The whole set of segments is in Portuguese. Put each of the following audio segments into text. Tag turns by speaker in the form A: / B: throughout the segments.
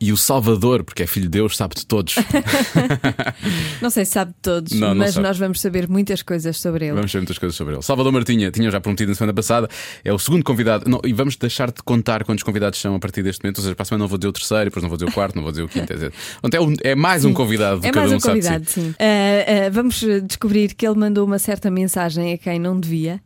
A: e o Salvador, porque é filho de Deus, sabe de todos.
B: Não sei se sabe de todos,
A: Não, não
B: mas
A: sabe.
B: nós vamos saber muitas coisas sobre ele.
A: Vamos saber muitas coisas sobre ele. Salvador Martinha, tinha já prometido na semana passada, é o segundo convidado. Não, e vamos deixar de contar quantos convidados são a partir deste momento. Ou seja, para a semana não vou dizer o terceiro, depois não vou dizer o quarto, não vou dizer o quinto. etc. Portanto, é, um- é mais um convidado do
B: É
A: cada
B: mais
A: um
B: um
A: sabe de si.
B: convidado, sim. Ah, ah, vamos eh, descobrir que ele mandou uma certa mensagem a quem não devia.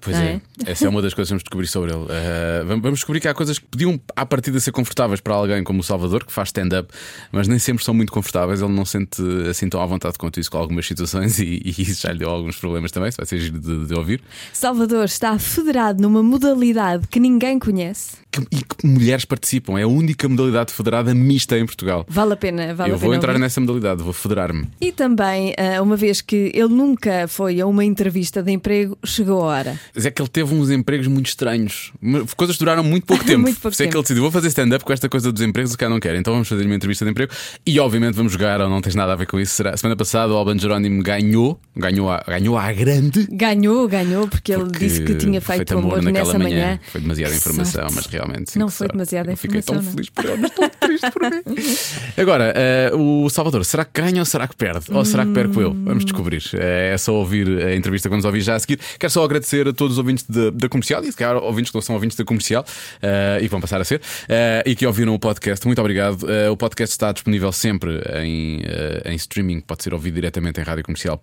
A: Pois
B: Não
A: é.
B: é?
A: essa é uma das coisas que vamos descobrir sobre ele. Eh, vamos vamos descobrir que há coisas que podiam, à partida, ser confortáveis para alguém como o Salvador, que faz stand-up, mas nem sempre são muito confortáveis. Ele não se sente assim tão à vontade quanto isso com algumas situações e, e isso já lhe deu alguns problemas também. Isso vai ser giro de, de ouvir.
B: Salvador está federado numa modalidade que ninguém conhece.
A: Que- e que mulheres participam. É a única modalidade federada mista em Portugal.
B: Vale a pena, vale
A: Eu
B: a
A: vou
B: pena.
A: entrar
B: ouvir.
A: nessa modalidade, vou federar-me.
B: E também, ah, uma vez que ele nunca foi a uma entrevista de emprego, chegou a hora.
A: Mas é que ele teve uns empregos muito estranhos. Mas Coisas que duraram muito pouco tempo.
B: Muito pouco
A: Por isso é que
B: tempo.
A: ele decidiu: vou fazer stand-up com esta coisa dos empregos, o cara não quer. Então vamos fazer uma entrevista de emprego e, obviamente, vamos jogar ou não tens nada a ver com isso. Será? Semana passada o Alban Jerónimo ganhou, ganhou à, ganhou à grande.
B: Ganhou, ganhou, porque, ele
A: porque
B: disse que tinha feito, o amor,
A: naquela
B: nessa manhã.
A: Foi demasiada
B: Que
A: informação,
B: sorte.
A: mas realmente. sim,
B: Não
A: que
B: foi
A: sorte.
B: demasiada
A: Eu Fiquei tão
B: informação, não.
A: feliz por ele, mas tão triste por mim. Agora, eh, o Salvador, será que ganha ou será que perde? Ou será que perco
B: Hum.
A: eu? Vamos descobrir. Eh, é só ouvir a entrevista que vamos ouvir já a seguir. Quero só agradecer a todos os ouvintes da- da comercial e, se calhar, ouvintes que não são ouvintes da comercial eh, e que vão passar a ser eh, e que ouviram o podcast. Muito obrigado. Eh, o podcast está disponível sempre em, eh, em streaming, pode ser ouvido diretamente em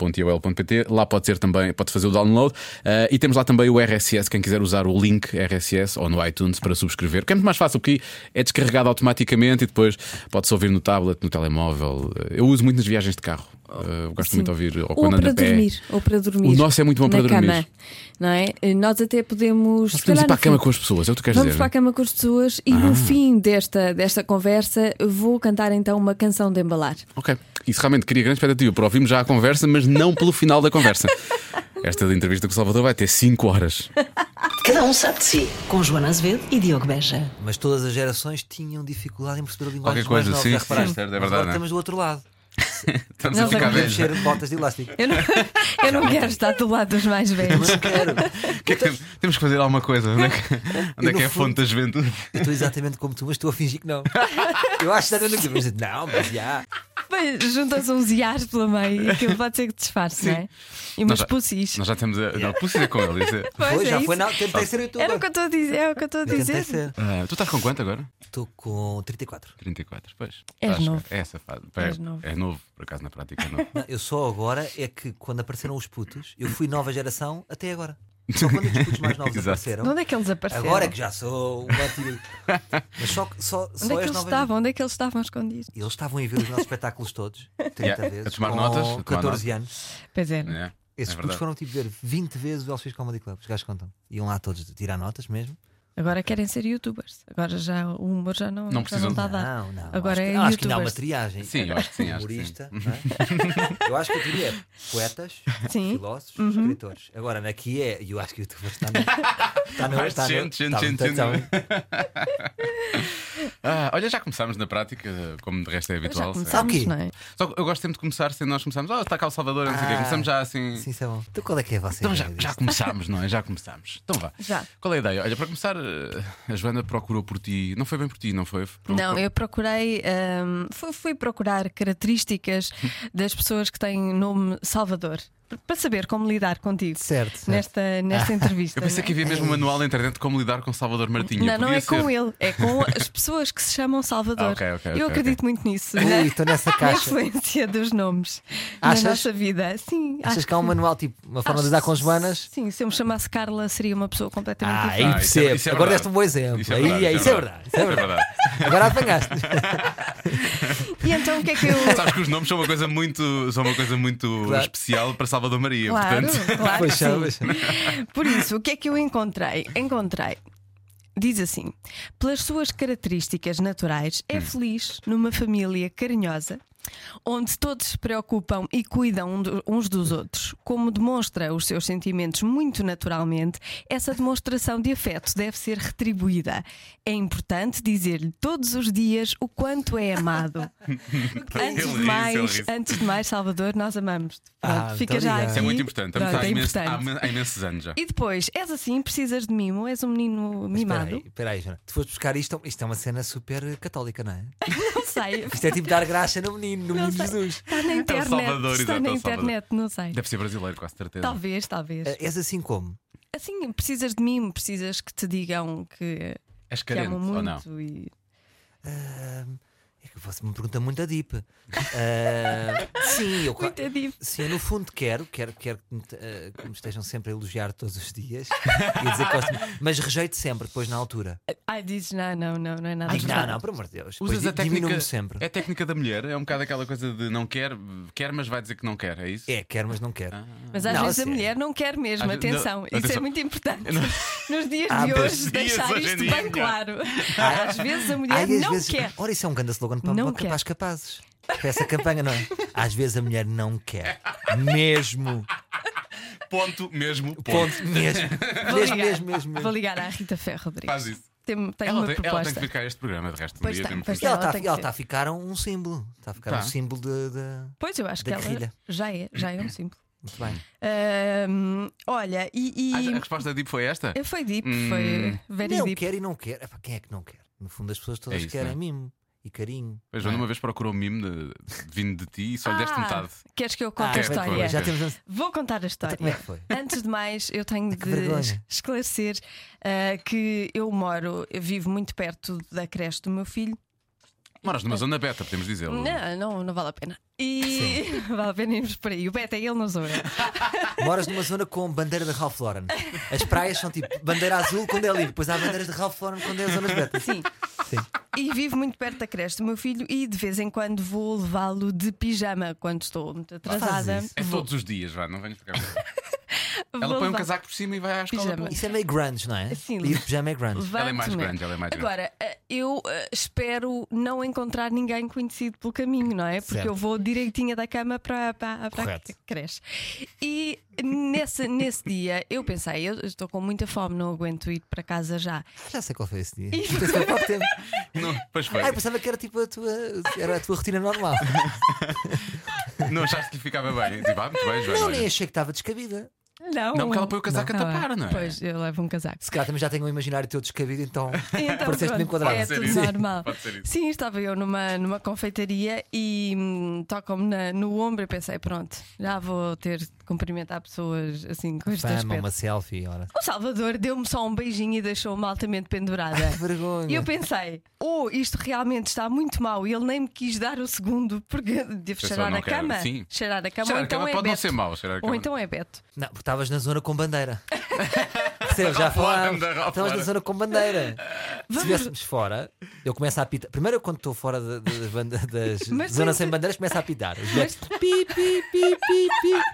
A: radiocomercial.iol.pt. Lá pode ser também, pode fazer o download. Eh, e temos lá também o RSS, quem quiser usar o link RSS ou no iTunes para subscrever, que é muito mais fácil porque é descarregado automaticamente e depois pode-se ouvir no tablet, no telemóvel. Eh, Eu uso muito nas viagens de carro. Eh, eu gosto muito de ouvir ou
B: Ou
A: quando ando
B: para
A: a pé.
B: dormir, ou para dormir.
A: O nosso é muito bom
B: na
A: para dormir.
B: Cama, não é? Nós até
A: Nós
B: podemos. se
A: podemos
B: calhar,
A: ir para a
B: no
A: cama
B: fim-
A: com as pessoas, Ah. é o que tu queres
B: Vamos
A: dizer.
B: para a cama com as pessoas e no fim desta, desta conversa vou cantar então uma canção de embalar.
A: Ok. Isso realmente cria grande expectativa para ouvirmos já a conversa, mas não pelo final da conversa. Esta entrevista com o Salvador vai ter 5 horas.
C: Cada um sabe de si. Com Joana Azevedo e Diogo Beja.
D: Mas todas as gerações tinham dificuldade em perceber a linguagem
A: Qualquer
D: dos
A: coisa,
D: mais novos,
A: sim,
D: já
A: sim,
D: reparaste?
A: certo, é
D: Mas
A: verdade,
D: Agora
A: não é?
D: estamos do outro lado.
A: Estamos
B: Não,
A: a ficar
B: não.
D: Podemos
A: velhos.
D: ser botas de elástico.
B: Eu não, eu não quero estar do lado dos mais velhos.
D: Quero.
A: Que é que temos- Temos que fazer alguma coisa. Onde é que, onde é,
D: no
A: que é a
D: fundo-
A: fonte da juventude?
D: Eu estou exatamente como tu, mas estou a fingir que não. Eu acho exatamente o que tu. Não, mas já.
B: Bem, Juntam-se uns iás pela meio e aquilo pode ser que disfarce, não é? E
A: Nós
B: umas
A: já-
B: pussis.
A: Nós já temos a. Não, posso dizer com ele. dizer-
B: Pois,
D: Foi,
B: é
D: já
B: isso.
D: foi. Não, tentei ser eu estou
B: Era o que eu
D: agora.
B: estou a dizer. É o que eu estou a
D: Tentei
B: dizer.
D: ser.
A: Ah, tu estás com quanto agora?
D: Estou com 34.
A: 34, pois.
B: És
A: Estás-
B: novo.
A: É essa fase.
B: És
A: é,
B: novo.
A: é novo, por acaso, na prática. é novo.
D: Não, eu só agora é que quando apareceram os putos, eu fui nova geração até agora. Só quando os putos mais novos
A: Exato.
B: De
D: apareceram.
B: onde é que eles apareceram?
D: Agora é que já sou uma antiga. Mas só, só,
B: Onde
D: só
B: é que
D: as
B: eles
D: novas.
B: estavam? Onde é que eles estavam escondidos?
D: Eles estavam a ver os nossos espetáculos todos, 30
A: Yeah, a
D: vezes.
A: tomar
D: com
A: notas, a tomar
D: 14 anos.
B: Pois é.
A: É,
D: Esses
A: é
D: putos
A: verdade.
D: foram tipo ver 20 vezes o LX Comedy Club, os gajos contam. Iam lá todos tirar notas mesmo.
B: Agora querem ser youtubers. Agora já o humor já não,
A: Não
B: já não
A: precisam
B: está a dar.
D: Não, não.
B: Agora
D: acho que,
B: é
D: acho que ainda há uma
B: youtubers.
D: triagem.
A: Sim, eu acho que sim, acho que sim.
D: Humorista, não é? Eu acho que a teoria é poetas,
B: Sim. Uhum.
D: filósofos, escritores. Agora, aqui é. Eu acho que o youtuber está no. Está no.
A: Mais
D: Está no.
A: gente, gente,
D: está
A: gente,
D: muito- está
A: gente.
D: muito-
A: Ah, olha, já começámos na prática, como de resto é
B: Já
A: habitual.
B: começámos,
D: Sabe o quê?
B: não é?
A: Só que eu gosto sempre de começar sem nós começarmos. Ah, está cá o Salvador, não sei o quê.
D: Ah,
A: Começamos já assim.
D: Sim, isso é bom. Então qual é que é a vossa
A: Então já,
D: ideia
A: já
D: disto?
A: começámos, não é? Já começámos. Então vá.
B: Já.
A: Qual é a ideia? Olha, para começar, eh, a Joana procurou por ti. Não foi bem por um ti, não foi? Pro-
B: Não,
A: pro-
B: eu procurei, hum, fui, fui procurar características das pessoas que têm nome Salvador p- para saber como lidar contigo
D: Certo, certo. Ah.
B: nesta, nesta entrevista.
A: Eu pensei
B: não é?
A: que havia mesmo um manual na internet de como lidar com Salvador Martinho.
B: Não, não
A: Podia
B: é
A: ser.
B: com ele, é com as pessoas que se chamam Salvador.
A: Ah, ok, ok,
B: eu
A: ok,
B: acredito muito nisso.
D: Ui,
B: na-
D: estou nessa
B: na
D: caixa.
B: influência dos nomes
D: Achas?
B: na nossa vida. Sim,
D: Achas
B: acho
D: que há um manual, tipo, uma forma de lidar com as manas?
B: Sim, se eu me chamasse Carla, seria uma pessoa completamente
D: Ah,
B: diferente.
D: aí
A: Ah, isso é-
D: percebo.
A: isso é
D: Agora
A: verdade.
D: deste um bom exemplo.
A: Isso é
D: aí,
A: verdade,
D: aí, isso é verdade. Isso é
A: É
D: verdade.
A: verdade.
D: Agora apanhaste.
B: E então o que é que eu.
A: Sabes que os nomes são uma coisa muito, são uma coisa muito
D: Claro.
A: especial para Salvador Maria.
B: Claro,
A: Portanto,
B: claro. que
D: Pois é,
B: sim.
D: pois é.
B: Por isso, o que é que eu encontrei? Encontrei. Diz assim:
A: Hum.
B: pelas suas características naturais, é feliz numa família carinhosa, onde todos se preocupam e cuidam um do- uns dos outros. Como demonstra os seus sentimentos muito naturalmente, essa demonstração de afeto deve ser retribuída. É importante dizer-lhe todos os dias o quanto é amado. antes,
A: Ele
B: de
A: ri, ele
B: mais,
A: ri.
B: antes de mais, Salvador, nós amamos-te. Pronto,
D: Ah,
B: fica
D: muito
B: já
D: obrigado.
B: aqui.
A: Isso é muito importante.
B: Pronto,
A: Há,
B: é
A: imenso-
B: importante.
A: há imen- há imensos anos já.
B: E depois, és assim, precisas de mimo, és um menino
D: Espera
B: mimado.
D: aí, espera aí, Joana. Tu foste buscar isto, isto é uma cena super católica, não é?
B: Não sei.
D: Isto é tipo dar graxa no menino, no menino Jesus.
B: Está na internet.
A: É Salvador,
B: está
A: exato, é
B: na
A: o Salvador.
B: internet, não sei.
A: Deve ser brasileiro, com certeza.
B: Talvez, talvez.
A: É-
D: Ah, És assim como?
B: Assim, precisas de mim, precisas que te digam que
A: És
B: te
A: carente
B: amam
A: ou não?
B: muito. E...
D: Ah, é que você me pergunta muito a deep. Ah, sim, eu
B: Muito adivo.
D: Sim, eu no fundo quero, quero, quero que, me, eh, que me estejam sempre a elogiar todos os dias e a dizer que gosto de mim. mas rejeito sempre, depois na altura.
B: Ai, dizes, não, não, não, não é nada.
D: Ai, não,
B: verdade.
D: não, por amor de Deus.
A: Ah, Usas
D: Depois
A: a
D: di-
A: técnica.
D: diminuo-me sempre.
A: É a técnica da mulher, é um bocado aquela coisa de não quer, quer, mas vai dizer que não quer, é isso?
D: É, quero, mas não quero.
B: Mas às
D: Não,
B: vezes a
D: sério.
B: mulher não quer mesmo,
A: Às vezes-
B: atenção,
A: não,
B: isso é
A: atenção.
B: muito importante. Nos dias
D: Ah,
B: de
D: pois,
B: hoje,
A: dias
B: deixar
A: hoje em
B: isto
A: dia é
B: bem
A: melhor. Ah,
B: claro. Às vezes a mulher
D: Ai, às
B: não
D: vezes-
B: quer.
D: Ora, isso é um grande slogan para,
B: Não
D: para,
B: quer.
D: para as capazes. Para essa campanha, não é? Às vezes a mulher não quer. Mesmo.
A: Ponto mesmo. Ponto.
D: Ponto. Mesmo.
B: Vou
D: Mesmo,
B: ligar.
D: mesmo, mesmo.
B: Vou
D: mesmo.
B: ligar à Rita Ferro Rodrigues.
A: Faz isso.
B: Tem, tem
A: Ela
B: uma
A: tem, ela tem
B: proposta.
A: que ficar este programa, de resto, um
B: Pois
A: dia
B: tem,
A: temos
B: pois
A: que-
D: E ela
B: Ela
D: está
B: tem que
D: ela
B: ser.
D: está a ficar um símbolo. Está a ficar
A: Tá.
D: um símbolo de. de-
B: Pois eu acho
D: Da
B: que ela
D: guerrilha.
B: já é, já é um símbolo.
D: Muito bem.
B: Ahm, olha, e.
A: Ah, já- Hum. a
B: e...
A: resposta da Deep foi esta?
B: Foi deep, foi very
D: não
B: deep.
D: quer e não quer. Epá, quem é que não quer? No fundo, as pessoas todas
A: É isso,
D: querem
A: né?
D: mimo e carinho.
A: A
D: não
A: Joana
D: é?
A: uma vez procurou um mimo de, de- vindo de ti e só lhe deste
B: Ah,
A: metade.
B: Queres que eu
D: Ah,
B: conte a
A: é,
B: história?
A: claro,
D: Já temos. um-
B: Vou contar a história.
D: Como é que foi?
B: Antes de mais, eu tenho
D: Ah, Que
B: de
D: vergonha.
B: es- esclarecer ah, que eu moro, eu vivo muito perto da creche do meu filho.
A: Moras numa zona beta, podemos dizê-lo.
B: Não, não, não vale a pena. E vale a pena irmos por aí. O Beto é ele, não sou eu.
D: Moras numa zona com bandeira de Ralph Lauren. As praias são tipo bandeira azul quando é livre, depois há bandeiras de Ralph Lauren quando é zonas betas.
B: Sim.
D: Sim.
B: E vivo muito perto da creche do meu filho e de vez em quando vou levá-lo de pijama quando estou muito atrasada.
D: isso.
A: É
B: Vou-
A: todos os dias, vá, não venhas ficar. assim.
B: vou
A: Ela põe um
B: levá-
A: casaco por cima e vai à escola.
B: Pijama.
D: Isso é meio grunge, não é?
B: Sim.
D: E o pijama é grunge.
A: Ela é mais
B: Levanto-me.
A: grande, ela é mais grande.
B: Agora, eh, eu eh, espero não encontrar ninguém conhecido pelo caminho, não é? Porque
D: Certo.
B: eu vou direitinha da cama para, para, para a
D: Correto.
B: creche. E nesse, nesse dia eu pensei, eu estou com muita fome, não aguento ir para casa já.
D: Já sei qual foi esse dia. Pensei que foi há pouco tempo.
A: Não, pois foi.
D: Ah, eu pensava que era tipo a tua, era a tua rotina normal.
A: Não achaste que lhe ficava bem. Tipo, ah, muito bem, Joana.
B: é.
D: Não,
A: olha.
D: nem achei que estava descabida.
B: Não,
A: Não, porque ela põe o casaco a tapar, não é?
B: Ah, Pois, eu levo um casaco.
D: Se calhar também já tenho um imaginário teu descabido, então,
B: Então,
D: pareceste-me
B: pronto,
D: enquadrado.
B: É
A: Pode ser
B: tudo
A: isso.
B: normal.
A: Pode ser isso.
B: Sim, estava eu numa, numa confeitaria e hum, tocam-me na- no ombro e pensei, pronto, já vou ter de cumprimentar pessoas assim com este
D: Fama,
B: aspecto.
D: uma selfie, ora.
B: O Salvador deu-me só um beijinho e deixou-me altamente pendurada.
D: Que vergonha.
B: E eu pensei, oh, isto realmente está muito mal. E ele nem me quis dar o segundo, porque devo
A: Pessoal,
B: cheirar
A: não
B: a
A: quero.
B: cama.
A: Sim.
B: Cheirar a cama,
A: Cheirar
B: ou
A: a
B: então
A: cama
B: é
A: pode não
B: Beto.
A: ser mau, cheirar a
B: Ou
A: cama.
B: então é Beto.
D: Não, porque estavas na zona com bandeira. Percebes?
B: Tá
D: Já falámos.
A: da Ralph
D: Estavas na
A: Lauren.
D: zona com bandeira. Se
B: Vamos-
D: estivéssemos fora, eu começo a apitar. Primeiro, eu, quando estou fora da- da- das banda- das
B: Mas
D: zonas
B: tem-
D: sem bandeiras, começo a apitar. Os
B: Mas-
D: gajos, pi, pi, pi, pi, pi.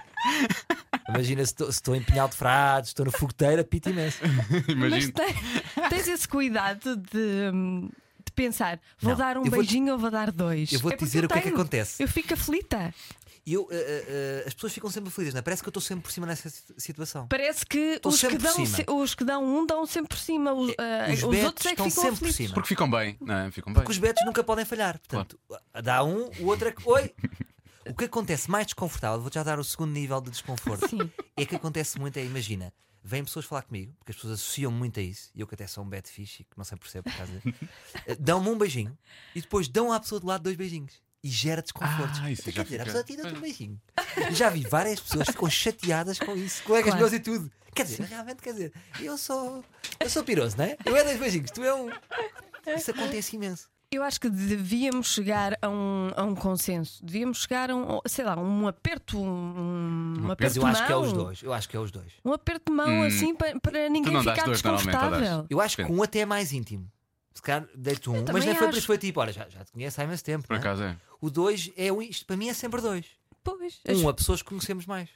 D: Imagina se estou- se estou em Pinhal de Frades, estou no fogueteiro, apito imenso.
B: Mas tá-
A: Imagino.
B: tem- tens esse cuidado de. hum, de Pensar, vou
D: Não,
B: dar um
D: eu vou-
B: beijinho ou vou dar dois?
D: eu vou-te
B: porque
D: dizer
B: eu
D: o que é que
B: tenho.
D: acontece.
B: Eu fico aflita.
D: E eu, eh, eh, eh, as pessoas ficam sempre felizes, não é? Parece que eu estou sempre por cima nessa situ- situação.
B: Parece que,
D: Estou
B: os que,
D: sempre
B: dão,
D: por cima.
B: se- os que dão um dão sempre por cima, os, ah,
D: Os
B: os
D: betos
B: outros é que
D: estão
B: ficam
D: sempre por
B: aflitos.
D: cima.
A: Porque ficam bem, não é? Ficam bem.
D: Porque os betos nunca podem falhar. Portanto, dá um, o outro é que. Oi! O que acontece mais desconfortável, vou já dar o segundo nível de desconforto,
B: Sim.
D: é que acontece muito, é imagina, vêm pessoas falar comigo, porque as pessoas associam muito a isso, e eu que até sou um bad fish e que não sei percebo por causa de- eh, dão-me um beijinho e depois dão à pessoa do lado dois beijinhos. E gera desconfortos.
A: Ah, isso
D: Então,
A: já
D: quer dizer,
A: fica-
D: a pessoa tira-te um beijinho. E Já vi várias pessoas que ficam chateadas com isso, colegas
B: Claro.
D: meus e tudo. Quer dizer, realmente, quer dizer, eu sou, eu sou piroso, não é? Eu é dois beijinhos, tu é um. Isso acontece imenso.
B: Eu acho que devíamos chegar a um, a um consenso. Devíamos chegar a um, sei lá, um aperto, um, um
D: Mas
B: aperto
D: eu
B: de
D: acho que é
B: mão.
D: os dois. Eu acho que é os dois.
B: Um aperto de mão assim pa- para, ninguém
A: Hum. não dás
B: ficar
A: dois, normalmente, ou dás?
B: desconfortável.
D: Eu acho que
A: Depende.
D: um até é mais íntimo. Se calhar deito um, mas
B: também
D: nem foi por
B: acho.
D: isso foi tipo, olha, já, já te conheço há imenso tempo.
A: Por
D: não é?
A: acaso é.
D: O dois é um, isto para mim é sempre dois.
B: Pois,
D: Um a pessoas que conhecemos mais.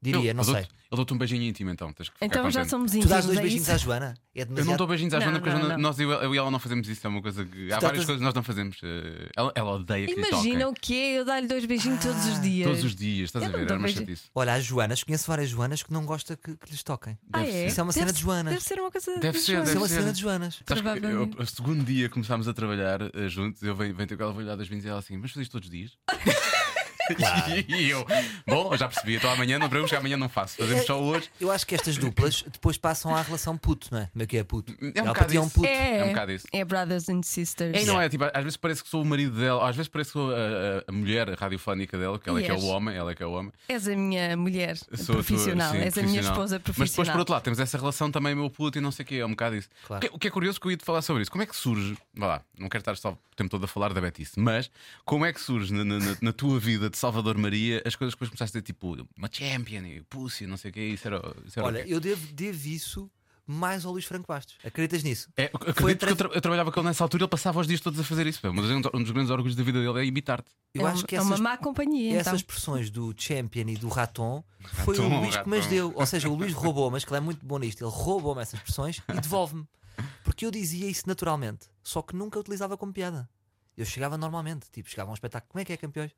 D: Diria, não
A: eu
D: sei.
A: dou-te- Eu dou-te um beijinho íntimo então. Tens que ficar
B: Então já
A: contente.
B: somos
D: Tu dás
B: íntimos,
D: dois
B: é
D: beijinhos
B: isso?
D: à Joana? É
A: Eu não
D: demasiado.
A: dou beijinhos à
B: Não,
A: Joana porque a
B: não,
A: Joana-
B: não.
A: nós, eu, eu e ela não fazemos isso, é uma coisa que. Há
D: Tu
A: várias
D: tratas-
A: coisas que nós não fazemos. eh, Ela, ela odeia que lhe toquem.
B: Imagina o que é eu dar-lhe dois beijinhos todos
D: Ah,
B: os dias.
A: Todos os dias, estás
B: Eu
A: a
B: não
A: ver?
B: dou
A: Era uma
B: beijinho.
A: chatice.
D: Olha, as Joanas, conheço várias Joanas que não gosta que, que lhes toquem.
B: Ah,
A: Deve
B: é?
A: ser.
D: Isso é uma
B: Deve-
D: cena de Joanas.
B: Deve ser uma coisa de
A: Deve ser,
B: Joanas.
D: Isso é uma
A: ser.
D: cena de Joanas.
A: Sabes que eu,
B: Provavelmente.
A: o segundo dia que começámos a trabalhar eh, juntos, eu venho, venho ter com ela, vou lhe dar dois beijinhos e ela assim, mas fazes isto todos os dias? e eu, bom, eu já percebi, então amanhã não pergunto, que amanhã não faço, fazemos só hoje.
D: Eu acho que estas duplas depois passam à relação puto, não é? Como é que é puto?
A: É um bocado
D: Ela para ti é um
A: isso.
D: puto.
B: É,
A: É um bocado isso.
B: é brothers and sisters.
A: É, não é? Tipo, às vezes parece que sou o marido dela, ou às vezes parece que sou a, a- a mulher radiofónica dela, que ela é que é
B: Yes.
A: o homem, ela é que é o homem.
B: És a minha mulher
A: Sou a tua-
B: profissional,
A: sim,
B: és a minha
A: profissional.
B: esposa profissional.
A: Mas depois, por outro lado, temos essa relação também, meu puto, e não sei o que, é um bocado isso.
D: Claro.
A: O, que, o que é curioso que eu ia te falar sobre isso. Como é que surge, vá lá, não quero estar só o tempo todo a falar da Betice, mas como é que surge na, na- na- na tua vida de Salvador Maria as coisas que depois começaste a ter, tipo, uma champion, e pussy, não sei o que, isso era. Isso era o
D: Olha,
A: quê?
D: eu devo, devo isso mais ao Luís Franco Bastos. Acreditas nisso?
A: É, acredito
D: foi
A: que eu, tra- eu trabalhava com ele nessa altura, ele passava os dias todos a fazer isso. pá. Um dos, um dos grandes orgulhos da vida dele é imitar-te.
D: Eu
B: é
D: acho
B: um-
D: que
B: é
D: essas,
B: uma má companhia.
D: essas
B: Então.
D: expressões do Champion e do Raton foi o
A: Raton,
D: Luís que me as
A: raton.
D: deu. Ou seja, o Luís roubou, mas que ele é muito bom nisto. Ele roubou-me essas expressões e devolve-me. Porque eu dizia isso naturalmente, só que nunca utilizava como piada. Eu chegava normalmente, tipo, chegava a um espetáculo, como é que é campeões?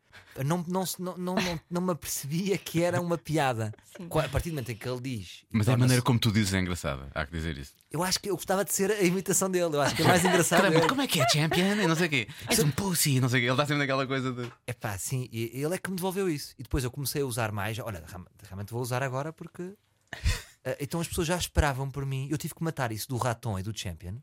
D: Não, não, se- não, não, não, não me apercebia que era uma piada. Qua- A partir do momento em que ele diz.
A: Mas é a
D: torna-se-
A: maneira como tu dizes é engraçada, há que dizer isso.
D: Eu acho que eu gostava de ser a imitação dele, eu acho que é mais engraçado.
A: Caramba,
D: ele.
A: como é que é champion? E não sei o quê. És um pussy, e não sei o quê. Ele está sempre naquela coisa de.
D: É pá, sim, e ele é que me devolveu isso. E depois eu comecei a usar mais. Olha, realme- realmente vou usar agora porque. Ah, então as pessoas já esperavam por mim. Eu tive que matar isso do Raton e do Champion.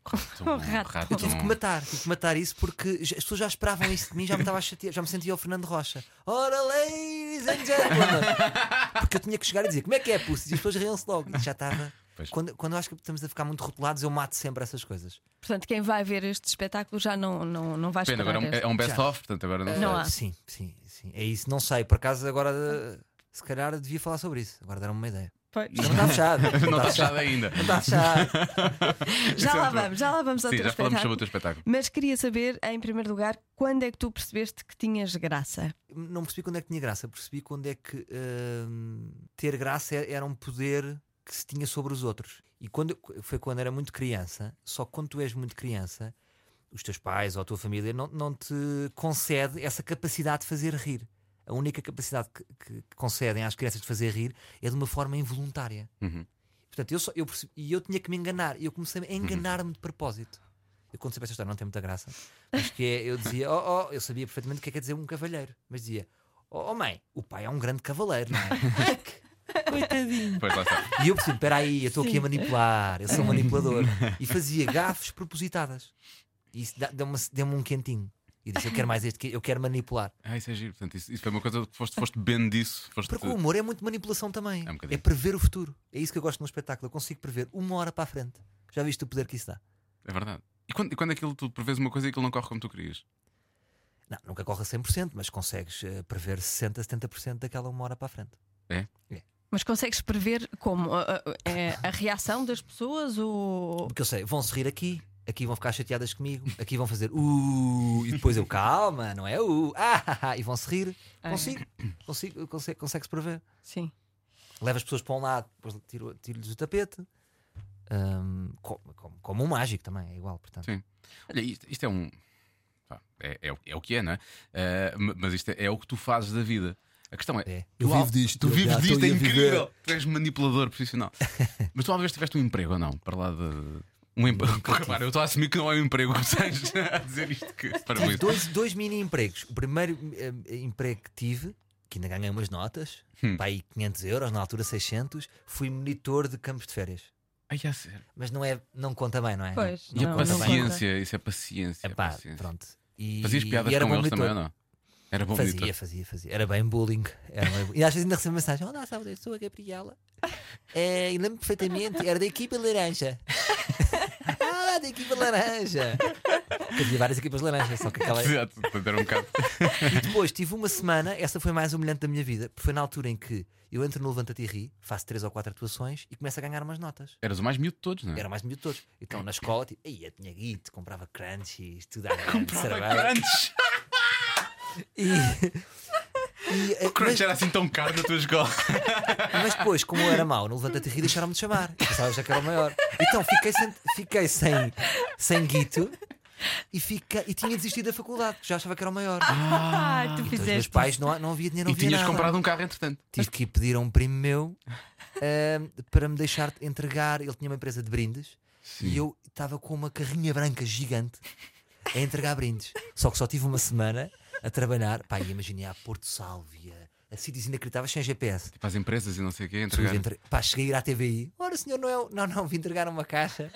B: Um rato.
A: rato.
D: Eu tive que matar, tive que matar isso porque já- as pessoas já esperavam isso de mim, já me estava a chatear, já me sentia o Fernando Rocha. Ora, ladies and gentlemen! Porque eu tinha que chegar e dizer como é que é, pussy? E as pessoas riam-se logo. E já estava.
A: Pois.
D: Quando, quando eu acho que estamos a ficar muito rotulados, eu mato sempre essas coisas.
B: Portanto, quem vai ver este espetáculo já não, não, não vai
A: Depende,
B: esperar.
A: agora é um-
B: este.
A: é um best-of, portanto agora não, sei.
B: Não há.
D: Sim, sim, sim. É isso, não sei. Por acaso agora eh, se calhar devia falar sobre isso. Agora deram-me uma ideia.
B: Pois.
D: Isto não está fechado.
A: Não está fechado ainda.
D: Não está fechado.
B: Já
A: Isso é
B: lá
A: um
B: vamos, já lá vamos ao
A: Sim,
B: teu
A: já falamos sobre
B: espetáculo.
A: o teu espetáculo.
B: Mas queria saber, em primeiro lugar, quando é que tu percebeste que tinhas graça?
D: Não percebi quando é que tinha graça, percebi quando é que hum, ter graça é- era um poder que se tinha sobre os outros. E quando foi quando era muito criança, só que quando tu és muito criança, os teus pais ou a tua família não, não te concede essa capacidade de fazer rir. A única capacidade que, que- que concedem às crianças de fazer rir é de uma forma involuntária.
A: Uhum.
D: Portanto, eu, só, eu percebi- e eu tinha que me enganar. E eu comecei a enganar-me de propósito. Eu quando sempre esta história, não tem muita graça. Mas que é, eu dizia, oh, oh, eu sabia perfeitamente o que é que quer dizer um cavalheiro. Mas dizia, oh, oh, mãe, o pai é um grande cavaleiro, não é? Coitadinho.
A: Pois lá está.
D: E eu percebi, espera aí, eu estou aqui a manipular, eu sou um manipulador. E fazia gafes propositadas. E isso dá- deu-me deu-me um quentinho. E disse, eu quero mais este, que- eu quero manipular.
A: Ah, isso é giro. Portanto, isso, isso foi uma coisa que foste, foste bem disso. Foste...
D: Porque o humor é muito manipulação também.
A: É um bocadinho.
D: é prever o futuro. É isso que eu gosto num espetáculo. Eu consigo prever uma hora para a frente. Já viste o poder que isso dá?
A: É verdade. E quando, e quando aquilo tu prevês uma coisa e aquilo não corre como tu querias?
D: Não, nunca corre a 100%, mas consegues eh, prever 60%, 70% daquela uma hora para a frente.
B: Mas consegues prever como? A, a- a- a reação das pessoas ou.
D: Porque eu sei, vão se rir aqui, aqui vão ficar chateadas comigo, aqui vão fazer uh, e depois eu calma, não é uh, ah, ah, ah", e vão se rir.
B: Ah.
D: Consigo, consigo, consegue, consegue-se prever.
B: Sim.
D: Leva as pessoas para um lado, depois tiro- tiro-lhes o tapete. Ahm, co- como, como um mágico também, é igual, portanto.
A: Sim. Olha, isto, isto é um. pá, É, é o- é o que é, não é? Ah, ma- mas isto é, é o que tu fazes da vida. A questão é.
D: É.
A: tu
D: Eu
A: al-
D: vivo disto,
A: Tu
D: eu
A: vives
D: já
A: disto,
D: estou
A: é
D: aí a viver.
A: incrível. Tu és manipulador profissional. mas tu alguma vez tiveste um emprego ou não? Para lá de. Um emprego. Repara, eu estou a assumir que não é um emprego. Estás a dizer isto que. Para
D: Tive dois, dois mini empregos. O primeiro eh, emprego que tive, que ainda ganhei umas notas,
A: Hum.
D: para aí 500 euros, na altura 600, fui monitor de campos de férias.
A: Ai, a sério.
D: Mas não é, não conta bem, não é?
B: Pois.
A: E
B: não,
A: a
B: não conta.
A: paciência, isso é paciência.
D: É pá,
A: paciência.
D: pronto. E,
A: Fazias piadas
D: e era
A: com
D: bom
A: eles
D: monitor.
A: também ou não? Era bom
D: Fazia,
A: monitor.
D: fazia, fazia. Era bem bullying. Era bem bu- E às vezes ainda recebo "Oh, mensagem: Olá, Salvador, sou a Gabriela. É, e lembro perfeitamente, era da equipa laranja. ah, da equipa laranja. Porque Havia várias equipas laranjas, só que aquela.
A: Exato, portanto, era um bocado.
D: E depois tive uma semana, essa foi mais humilhante da minha vida, porque foi na altura em que eu entro no Levanta-te e Ri, faço três ou quatro atuações e começo a ganhar umas notas.
A: Eras o mais miúdo de todos, não é?
D: Era o mais miúdo de todos. Então na escola, tipo, aí eu tinha guito, comprava crunchies, tudo à
A: Comprava
D: cerveja.
A: grandes.
D: E, E, eh,
A: O crunch era assim tão caro na tua escola.
D: Mas depois, como eu era mau, no Levanta-te e Ri deixaram-me de chamar. Eu Pensava já que era o maior. Então fiquei sem, fiquei sem, sem guito e, fica, e tinha desistido da faculdade, porque já achava que era o maior.
B: Ah, tu
D: Então, os meus
B: fizeste.
D: pais não, não havia dinheiro,
A: e
D: não havia
A: tinhas
D: nada.
A: comprado um carro, entretanto.
D: Tive que ir pedir a um primo meu ahm, para me deixar entregar. Ele tinha uma empresa de brindes e eu estava com uma carrinha branca gigante a entregar brindes. Só que só tive uma semana a trabalhar. Pá, e imaginei a Porto Sálvia, a sítios inacreditáveis sem GPS.
A: Para as Tipo, empresas e não sei o quê,
D: Tudo
A: entregar.
D: entre- Pá, cheguei a ir à TVI. Ora, senhor Noel, não, não, vim entregar uma caixa.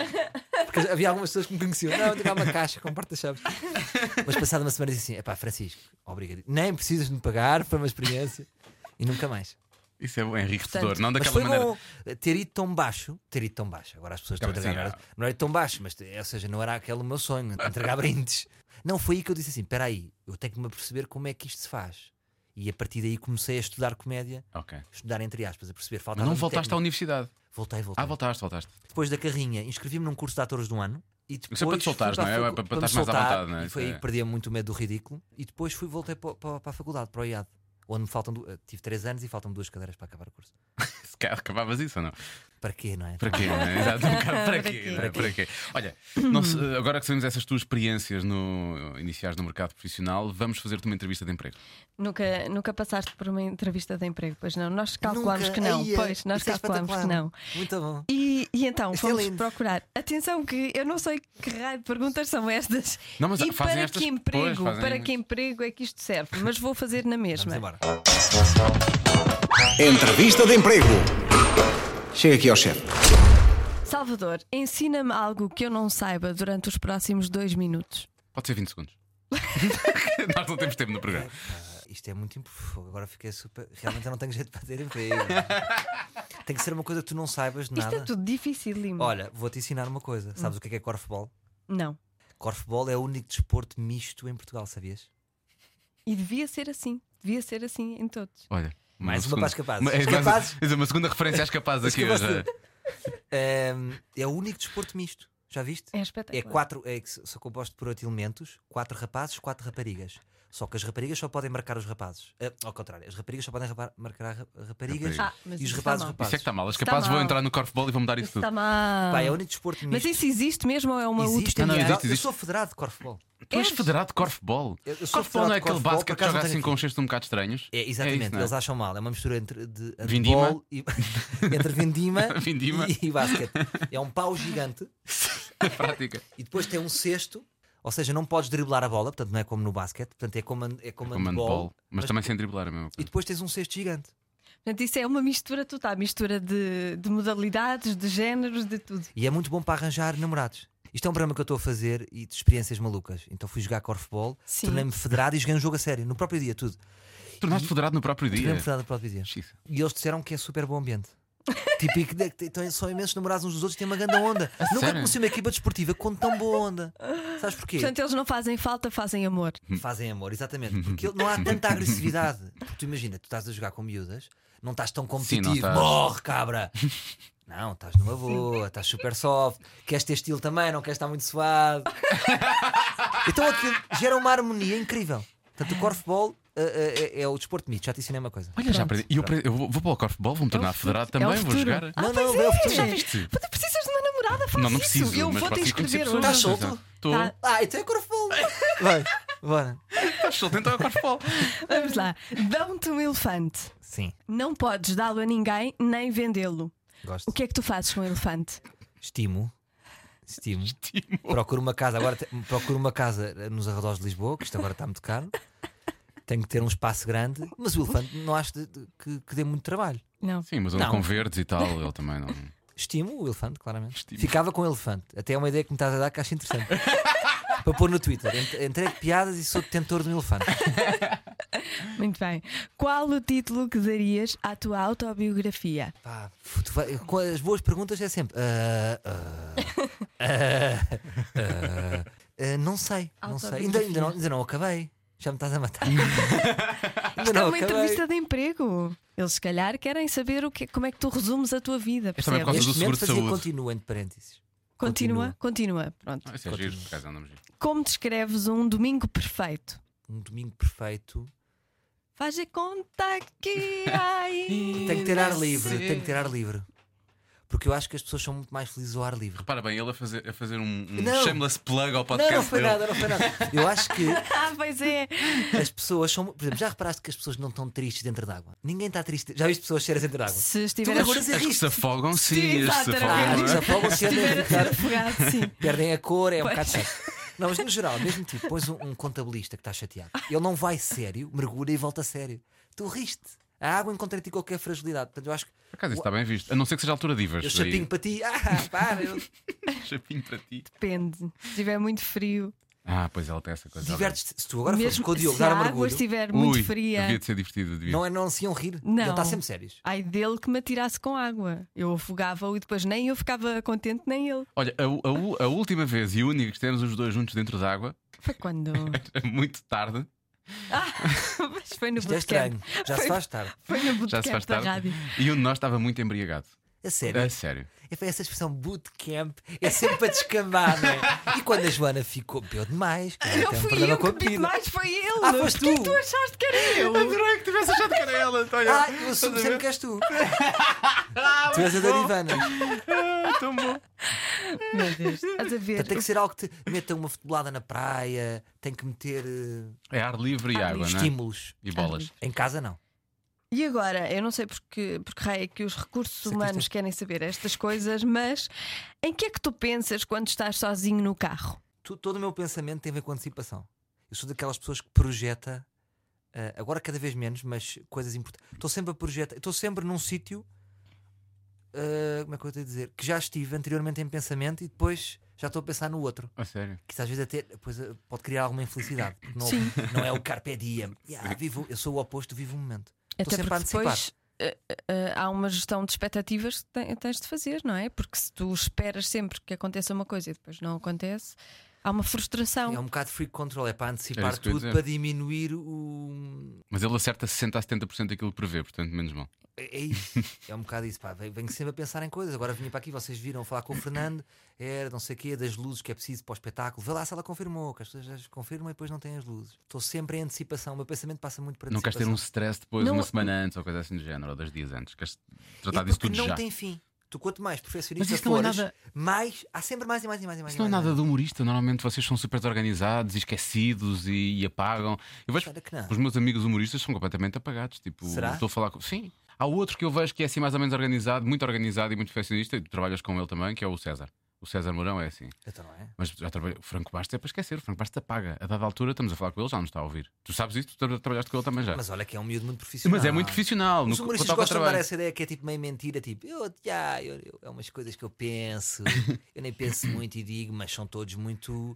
D: Porque havia algumas pessoas que me conheciam. Não, entregar uma caixa com porta-chaves. Mas passada uma semana disse assim: é pá, Francisco, obrigado. Nem precisas de me pagar, foi uma experiência. E nunca mais.
A: Isso é bom, é enriquecedor.
B: Portanto,
A: não
D: Mas
A: daquela
D: foi
A: maneira.
D: bom ter ido tão baixo, ter ido tão baixo. Agora as pessoas estão a
A: Claro,
D: entregar.
A: sim,
D: merda. Não era tão baixo, mas ou seja, não era aquele o meu sonho, entregar brindes. Não, foi aí que eu disse assim: espera aí, eu tenho que me aperceber como é que isto se faz. E a partir daí comecei a estudar comédia,
A: Ok.
D: estudar entre aspas, a perceber.
A: Mas
D: Faltava
A: não voltaste à
D: técnica.
A: universidade.
D: Voltei, voltei.
A: Ah, voltaste, voltaste.
D: Depois da carrinha, inscrevi-me num curso de atores de um ano. E depois
A: Isso é para te soltares,
D: fui
A: não é?
D: facu-
A: É para- para
D: me
A: estares mais à
D: soltar,
A: vontade, não é?
D: E foi
A: Isso
D: aí
A: é.
D: que perdi muito o medo do ridículo. E depois fui, voltei para, para, para a faculdade, para o IAD. Onde me faltam. du- eh, Tive 3 anos e faltam duas cadeiras para acabar o curso.
A: Se calhar acabavas isso ou não?
D: Para quê, não é?
A: Para quê? né? Exato, um bocado para
B: Para
A: quê?
B: quê?
A: né? Para quê? Olha, não se- agora que sabemos essas tuas experiências no, iniciais no mercado profissional, vamos fazer-te uma entrevista de emprego.
B: Nunca, nunca passaste por uma entrevista de emprego, pois não? Nós calculamos
D: Nunca.
B: que não,
D: Ai, é.
B: pois, nós
D: Isso é
B: calculamos que
D: espetacular.
B: não.
D: Muito bom.
B: E, e então,
D: Isso é
B: fomos
D: lindo.
B: procurar. Atenção, que eu não sei que raio de perguntas são estas.
A: Não, mas
B: e
A: fazem
B: para
A: estas-
B: que emprego?
A: pois, fazem-
B: Para que emprego é que isto serve? Mas vou fazer na
D: Vamos
B: mesma.
D: embora.
E: Entrevista de emprego. Chega aqui ao chefe.
B: Salvador, ensina-me algo que eu não saiba durante os próximos dois minutos.
A: Pode ser 20 segundos. Nós não temos tempo no programa.
D: Ah, Isto é muito. imp- Fogo, Agora fiquei super. Realmente eu não tenho jeito para ter emprego. Tem que ser uma coisa que tu não saibas de
B: Isto
D: nada.
B: é tudo Hum. dificílimo.
D: Olha, vou-te ensinar uma coisa. Sabes o que é que é corfball?
B: Não.
D: Corfball é o único desporto misto em Portugal, sabias?
B: E devia ser assim. Devia ser assim em todos.
A: Olha.
D: Mais uma para os capazes.
A: Uma, é,
D: Os
A: mais-
D: capazes.
A: é uma segunda referência às capazes aqui eh, hoje.
D: capazes. Ahm, é o único desporto misto. Já viste?
B: É
D: É
B: espetacular.
D: quatro, é, que s- são compostos por oito elementos, quatro rapazes, quatro raparigas. Só que as raparigas só podem marcar os rapazes. Ah, ao contrário, as raparigas só podem rapa- marcar a ra- raparigas
A: Raparigas.
B: Ah, mas
D: e os
B: isso
D: rapazes
A: Isso
B: está mal.
A: é
D: rapazes.
A: que está mal. Os
B: Está
A: capazes vão
B: mal.
A: entrar no corfball e vão mudar isso
B: Isso está
A: tudo.
B: mal.
D: Pá, é o único desporto
B: Ah. Mas
D: misto.
B: isso existe mesmo ou é uma
D: existe,
B: utopia?
A: Não,
D: em
A: não,
D: Portugal.
A: existe, existe.
D: Eu sou federado de corfball.
A: Tu és
B: És?
A: federado de corfball.
D: Eu- eu
A: Corfball não
D: sou
A: é
D: federado de
A: aquele
D: corfball,
A: básico
D: por
A: que
D: acaso
A: joga
D: não tenho
A: assim
D: aqui.
A: com uns cestos um bocado estranhos.
D: É, exatamente,
A: isso, não é?
D: eles acham mal. É uma mistura entre de
A: Vindima?
D: handball e entre vindima,
A: Vindima.
D: E, e basquete. É um pau gigante
A: Na prática.
D: e depois tem um cesto. Ou seja, não podes driblar a bola, portanto não é como no basquete, portanto é como, hand- é como
A: Command
D: handball,
A: ball. Mas
D: mas-
A: também sem driblar é a mesma
D: E
A: coisa.
D: depois tens um cesto gigante.
B: Portanto, isso é uma mistura total, mistura de, de modalidades, de géneros, de tudo.
D: E é muito bom para arranjar namorados. Isto é um programa que eu estou a fazer e de experiências malucas. Então fui jogar corfball,
B: Sim.
D: tornei-me federado e joguei um jogo a sério, no próprio dia, tudo.
A: Tornaste federado no próprio dia.
D: Tornei-me federado no próprio dia.
A: Xiça.
D: E eles disseram que é super bom ambiente. Típico, de, que tem- são imensos namorados uns dos outros e têm uma grande onda. Nunca
A: sério?
D: conheci uma equipa desportiva com tão boa onda. Sabes porquê?
B: Portanto, eles não fazem falta, fazem amor.
A: Hum.
D: Fazem amor, exatamente. Porque não há tanta agressividade. Porque tu imagina, tu estás a jogar com miúdas, não estás tão competitivo,
A: não estás.
D: morre, cabra! Não, estás numa boa, estás super soft, queres ter estilo também, não queres estar muito suado. então aquilo gera uma harmonia incrível. Portanto, o corfball eh, eh, é, é o desporto mito, já te ensinei uma coisa.
A: Olha, já aprendi. E eu, pre- eu vou, vou para o corfball, vou-me tornar federado
B: futuro.
A: também,
B: É o
A: vou
B: futuro.
A: jogar.
B: Ah,
D: não,
B: pois
D: não, é o
B: já
D: futuro.
B: viste? Tu precisas de uma namorada, faz
A: não, não
B: isso.
A: preciso.
B: eu
A: mas
B: vou te
A: posso ir conhecer
B: inscrever
A: pessoas.
D: Estás
B: hoje.
D: solto?
A: Exato. Estou.
B: Tá.
D: Ah, então é corfball. Vai, bora.
A: Estás solto, então é corfball.
B: Vamos lá. Dão-te um elefante.
D: Sim,
B: Não podes dá-lo a ninguém nem vendê-lo. O
D: gosto.
B: que é que tu fazes com o elefante?
D: Estimo. Estimo. Procuro uma casa, agora te- procuro uma casa nos arredores de Lisboa, que isto agora está muito caro. Tenho que ter um espaço grande, mas o elefante não acho de- de- que, que dê muito trabalho.
B: Não.
A: Sim, mas um
D: Não.
A: com verdes e tal, ele também não. Ah,
D: Estimo o elefante, claramente.
A: Estimo.
D: Ficava com o elefante. Até é uma ideia que me estás a dar que acho interessante. Para pôr no Twitter. Ent- Entrego piadas e sou detentor de um elefante.
B: Muito bem. Qual o título que darias à tua autobiografia?
D: Pá, tu vai- com as boas perguntas é sempre. ah, ah, ah, ah, ah, não sei, não sei. Ainda, ainda não, ainda não acabei. Já me estás a matar. Ainda
B: Isto é
D: não
B: uma
D: acabei.
B: entrevista de emprego. Eles, se calhar, querem saber o que, como é que tu resumes a tua vida.
A: Esta também
B: Percebes?
A: por causa
D: Neste
A: do seguro
D: momento
A: de
D: fazia
A: saúde.
D: continua entre parênteses.
B: Continua, continua. Pronto.
A: Ah, isso é giro, por acaso andamos giro.
B: Como descreves um domingo perfeito?
D: Um domingo perfeito.
B: Fazer conta que aí.
D: Tem que ter ar livre, tem que ter ar livre. Porque eu acho que as pessoas são muito mais felizes ao ar livre.
A: Repara bem, ele a fazer, a fazer um, um
D: Não.
A: shameless plug ao
D: Não,
A: podcast
D: não foi
A: dele.
D: nada, não foi nada. Eu acho que
B: Ah, pois é.
D: as pessoas são. Por exemplo, já reparaste que as pessoas não estão tristes dentro d'água? Ninguém está triste. Já viste pessoas cheiras dentro d'água?
B: Se
D: Tu
B: estiver
D: agora
B: a-
D: se
A: As que se
D: riste.
A: afogam, sim,
B: Sim,
A: as que se
B: exato, era
D: Ah,
A: afogam.
B: mesmo.
A: não
D: já
A: é?
D: falam se andam a
B: estiver
D: ficar-
B: afogado, sim.
D: Perdem a cor, é um
B: Pois.
D: bocado chato. Não, mas no geral, mesmo tipo, pões um, um contabilista que está chateado, ele não vai sério, mergulha e volta sério. Tu riste. A água encontra em ti qualquer fragilidade. Portanto, eu acho que.
A: Por acaso, isso está bem visto. A não ser que seja a altura divas.
D: Eu
A: daí.
D: chapinho para ti. Ah, para. eu-
A: Chapinho para ti.
B: Depende. Se estiver muito frio.
A: Ah, pois ela tem essa coisa.
D: Divertes-te. Se tu agora fores
B: Mesmo
D: com o Diogo
B: se a
D: dar um
B: água
D: mergulho,
B: estiver
A: Ui,
B: muito fria.
A: Devia de ser divertido, devia.
D: não, é- não se iam rir.
B: Não.
D: Ele está sempre sérios.
B: Ai dele que me atirasse com água. Eu afogava-o e depois nem eu ficava contente, nem ele.
A: Olha, a, u- a u- a última vez e única que estivemos os dois juntos dentro d'água,
B: Foi quando.
A: muito tarde,
B: Mas foi no
D: Isto é
B: bootcamp.
D: estranho. Já se faz tarde.
B: Foi no
A: já se faz
B: bootcamp da
A: tarde,
B: rádio.
A: e um de nós estava muito embriagado.
D: A sério.
A: A sério.
D: É para essa expressão bootcamp é sempre para descambar, não é? E quando a Joana ficou, bebeu demais, teve
B: Não
D: um
B: fui
D: problema
B: eu
D: com a
B: que bebi
D: pila.
B: mais, foi ele.
D: Ah, foste
B: O que é
D: tu.
B: que tu achaste que era eu?
A: Adorei que tivesse achado que era ela.
D: Ah, eu assumo sempre que és tu. tu és a Darivana.
A: tão bom.
B: Meu Deus. Estás a ver?
D: Tem que ser algo que te meta uma futebolada na praia, tem que meter eh,
A: É ar livre e água, não é?
D: estímulos.
A: E bolas.
D: Em casa não.
B: E agora, eu não sei porque, porque raio é que os recursos
D: que
B: humanos
D: isto
B: querem saber estas coisas, mas em que é que tu pensas quando estás sozinho no carro?
D: Tu- todo o meu pensamento tem a ver com antecipação. Eu sou daquelas pessoas que projeta, eh, agora cada vez menos, mas coisas importantes. Estou sempre a projetar, estou sempre num sítio, eh, como é que eu estou a dizer? Que já estive anteriormente em pensamento e depois já estou a pensar no outro.
A: A sério.
D: que isso às vezes até depois, eh, pode criar alguma infelicidade. porque Não, não é o carpe diem. Yeah, vivo, eu sou o oposto, vivo o momento. Estou
B: Até
D: sempre a
B: porque
D: antecipar.
B: depois eh, eh, há uma gestão de expectativas que te- tens de fazer, não é? Porque se tu esperas sempre que aconteça uma coisa e depois não acontece, há uma frustração.
D: É um bocado free control, é para antecipar
A: isso que eu ia
D: tudo,
A: dizer.
D: para diminuir o.
A: Mas ele acerta 60 a 70% daquilo que prevê, portanto, menos mal.
D: É é isso, é um bocado isso, pá. Venho venho sempre a pensar em coisas. Agora vim para aqui, vocês viram falar com o Fernando, era não sei o quê, das luzes que é preciso para o espetáculo. Vê lá se ela confirmou, que as pessoas já confirmam e depois não têm as luzes. Estou sempre em antecipação, o meu pensamento passa muito para
A: Não queres ter um
D: antecipação.
A: stress depois,
B: Não-
A: uma semana antes ou coisa assim do género, ou dois dias antes. Queres tratar
D: E
A: um disso
D: porque
A: tudo
D: não
A: já.
D: tem fim. Tu quanto mais perfeccionista
A: Mas isso não é
D: fores,
A: nada-
D: mais há sempre mais e mais e mais e mais.
A: Isso
D: e
A: não é
D: mais e
A: nada
D: mais.
A: de humorista, normalmente vocês são super desorganizados e esquecidos e, e apagam. Eu vejo
D: Claro que não.
A: os meus amigos humoristas são completamente apagados. Tipo,
D: Será?
A: estou a falar com. Sim. Há outro que eu vejo que é assim mais ou menos organizado, muito organizado e muito perfeccionista, e tu trabalhas com ele também, que é o César. O César Mourão é assim.
D: Então não é?
A: Mas já trabalhei. O Franco Bastos é para esquecer, o Franco Bastos apaga. A dada altura estamos a falar com ele, já não está a ouvir. Tu sabes isso, tu tra- trabalhaste com ele também já. Mas,
D: Mas olha que é um miúdo muito profissional.
A: é muito profissional.
D: Os
A: no-
D: humoristas
A: quanto ao
D: gostam de dar
A: trabalho.
D: essa ideia que é tipo meio mentira, tipo, eu, já, eu, eu- é umas coisas que eu penso, eu nem penso muito e digo, mas são todos muito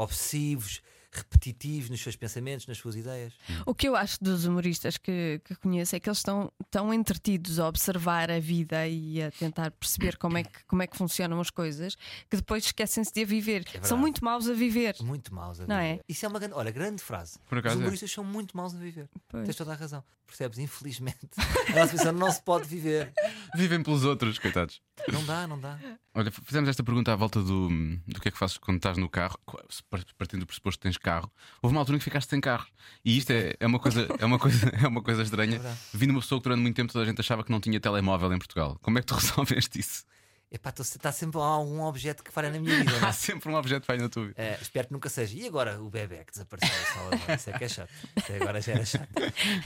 D: obsessivos, repetitivos nos seus pensamentos, nas suas ideias.
B: O que eu acho dos humoristas que, que conheço é que eles estão tão entretidos a observar a vida e a tentar perceber como é que, como é que funcionam as coisas que depois esquecem-se de a viver. São
D: É verdade.
B: muito maus a viver.
D: Muito maus a viver.
B: Não é?
D: Isso é uma grande, olha, grande frase.
A: Por acaso
D: Os
A: é.
D: humoristas são muito maus a viver.
B: Pois.
D: Tens toda a razão. Percebes? Infelizmente, a nossa visão não se pode viver.
A: Vivem pelos outros, coitados.
D: Não dá, não dá.
A: Olha, fizemos esta pergunta à volta do, do que é que fazes quando estás no carro, se par- partindo do pressuposto que tens carro. Houve uma altura em que ficaste sem carro. E isto é, é uma, coisa, é, uma coisa, é uma coisa estranha.
D: verdade.
A: Vindo uma pessoa que durante muito tempo toda a gente achava que não tinha telemóvel em Portugal. Como é que tu resolveste isso?
D: Epá, está sempre algum objeto que falha na minha vida. não é?
A: Há sempre um objeto falho na tua vida.
D: Eh, espero que nunca seja. E agora o bebê que desapareceu da sala de aula? Isso é que é chato. Até agora já era chato.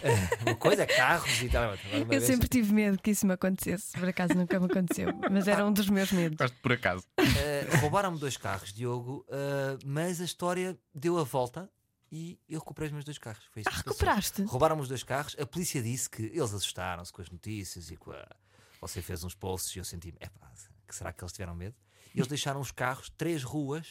D: Eh, uma coisa é carros e tal. Agora uma
B: Eu
D: vez-
B: sempre tive medo que isso me acontecesse, por acaso nunca me aconteceu, mas era um dos meus medos.
A: Gosto por acaso.
D: Eh, Roubaram-me dois carros, Diogo, eh, mas a história deu a volta e eu recuperei os meus dois carros. Foi isso
B: Ah,
D: que se passou.
B: recuperaste?
D: Roubaram-me os dois carros. A polícia disse que eles assustaram-se com as notícias e com a. Você fez uns posts e eu senti-me. Epá, que será que eles tiveram medo? E eles deixaram os carros três ruas,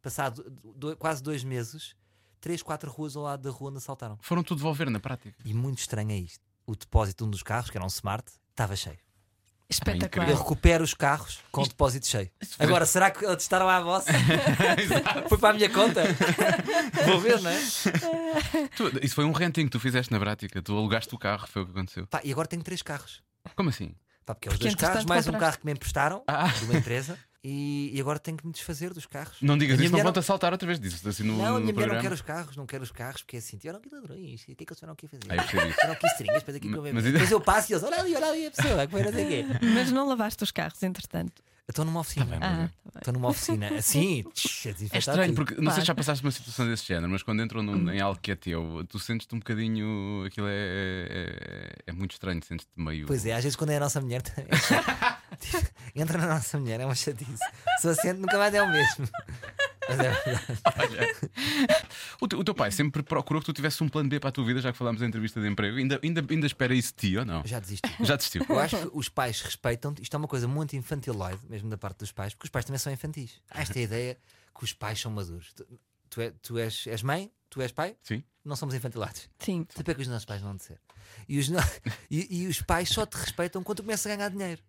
D: passado do- quase dois meses, três, quatro ruas ao lado da rua onde assaltaram.
A: Foram tudo devolver na prática.
D: E muito estranho é isto. O depósito de um dos carros, que era um Smart, estava cheio.
B: Espetacular.
D: Eu recupero os carros com o depósito cheio. Agora, será que testaram à vossa? Foi para a minha conta? Vou ver, não é?
A: Tu- isso foi um renting que tu fizeste na prática. Tu alugaste o carro, foi o que aconteceu.
D: Pá, e agora tenho três carros.
A: Como assim?
D: Pá, porque é os
B: Porque,
D: dois carros,
B: entretanto,
D: mais um
B: compraste.
A: Ah.
D: carro que me emprestaram de uma empresa. E, e agora tenho que me desfazer dos carros.
A: Não digas
D: A minha
A: isso, não
D: mulher
A: vão-te assaltar outra vez disso. Assim, no,
D: Não, a
A: no
D: minha mulher não
A: programa.
D: quer os carros, não quer os carros, porque é assim, tiveram aqui ladrões, e o que é que eles tiveram aqui a fazer?
A: Ah, eu percebi isso.
D: Tiveram aqui estrinhas, depois aqui
A: Mas-
D: com
A: mas ainda-
D: Depois eu passo e eles, olha ali, olha ali a pessoa, que foi não sei o quê.
B: Mas não lavaste os carros, entretanto.
D: Eu estou numa oficina.
A: bem,
B: Ah, tá
D: Estou numa oficina assim, tch, a
B: É
D: desinfetar
B: estranho,
D: tudo. Hum.
A: Porque não sei
B: Claro.
A: se já passaste por uma situação desse género, mas quando entram num- em algo que é teu, tu sentes-te um bocadinho. Aquilo é, é, é muito estranho, sentes-te meio.
D: Pois é, às vezes quando é a nossa mulher também. é chato. Entra na nossa mulher, é uma chatice. Se eu assento, nunca mais é o mesmo. Mas é verdade.
A: O, teu- o teu pai sempre procurou que tu tivesse um plano B para a tua vida, já que falámos da entrevista de emprego. Ainda, ainda, ainda espera isso de ti ou não?
D: Eu Já desisti.
A: Já desistiu?
D: Eu acho que os pais respeitam-te. Isto é uma coisa muito infantiloide, mesmo da parte dos pais, porque os pais também são infantis. Há esta ideia que os pais são maduros. Tu, tu, é- tu és, és mãe, tu és pai,
A: Sim.
D: não somos infantilados.
B: Sim.
D: Tipo é que os nossos pais vão de ser. E os, no- e, e os pais só te respeitam quando tu começas a ganhar dinheiro.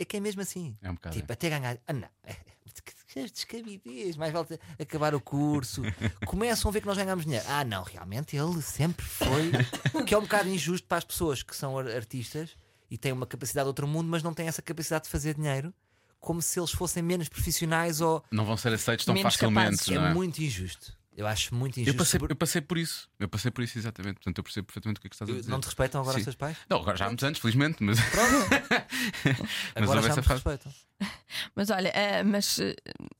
D: É que é mesmo assim.
A: É um bocado, é.
D: Tipo, até ganhar. Ah, não. É, que- que descabidez. Mais vale ter- acabar o curso. Começam a ver que nós ganhamos dinheiro. Ah, não, realmente ele sempre foi. O que é um bocado injusto para as pessoas que são ar- artistas e têm uma capacidade de outro mundo, mas não têm essa capacidade de fazer dinheiro. Como se eles fossem menos profissionais ou.
A: Não vão ser aceitos tão
B: Menos
A: facilmente,
B: capazes.
A: não
D: É
A: é?
D: muito injusto. Eu acho muito
A: Eu
D: injusto.
A: passei,
D: sobre-
A: eu passei por isso. Eu passei por isso exatamente. Portanto, eu percebo perfeitamente o que é que estás a dizer.
D: Não te respeitam agora
A: Sim.
D: os teus pais?
A: Não, agora já há muitos anos, felizmente, mas, mas
D: Agora
A: houve
D: já
A: essa
D: me
A: fase.
D: respeitam.
B: Mas olha, ah, mas eh,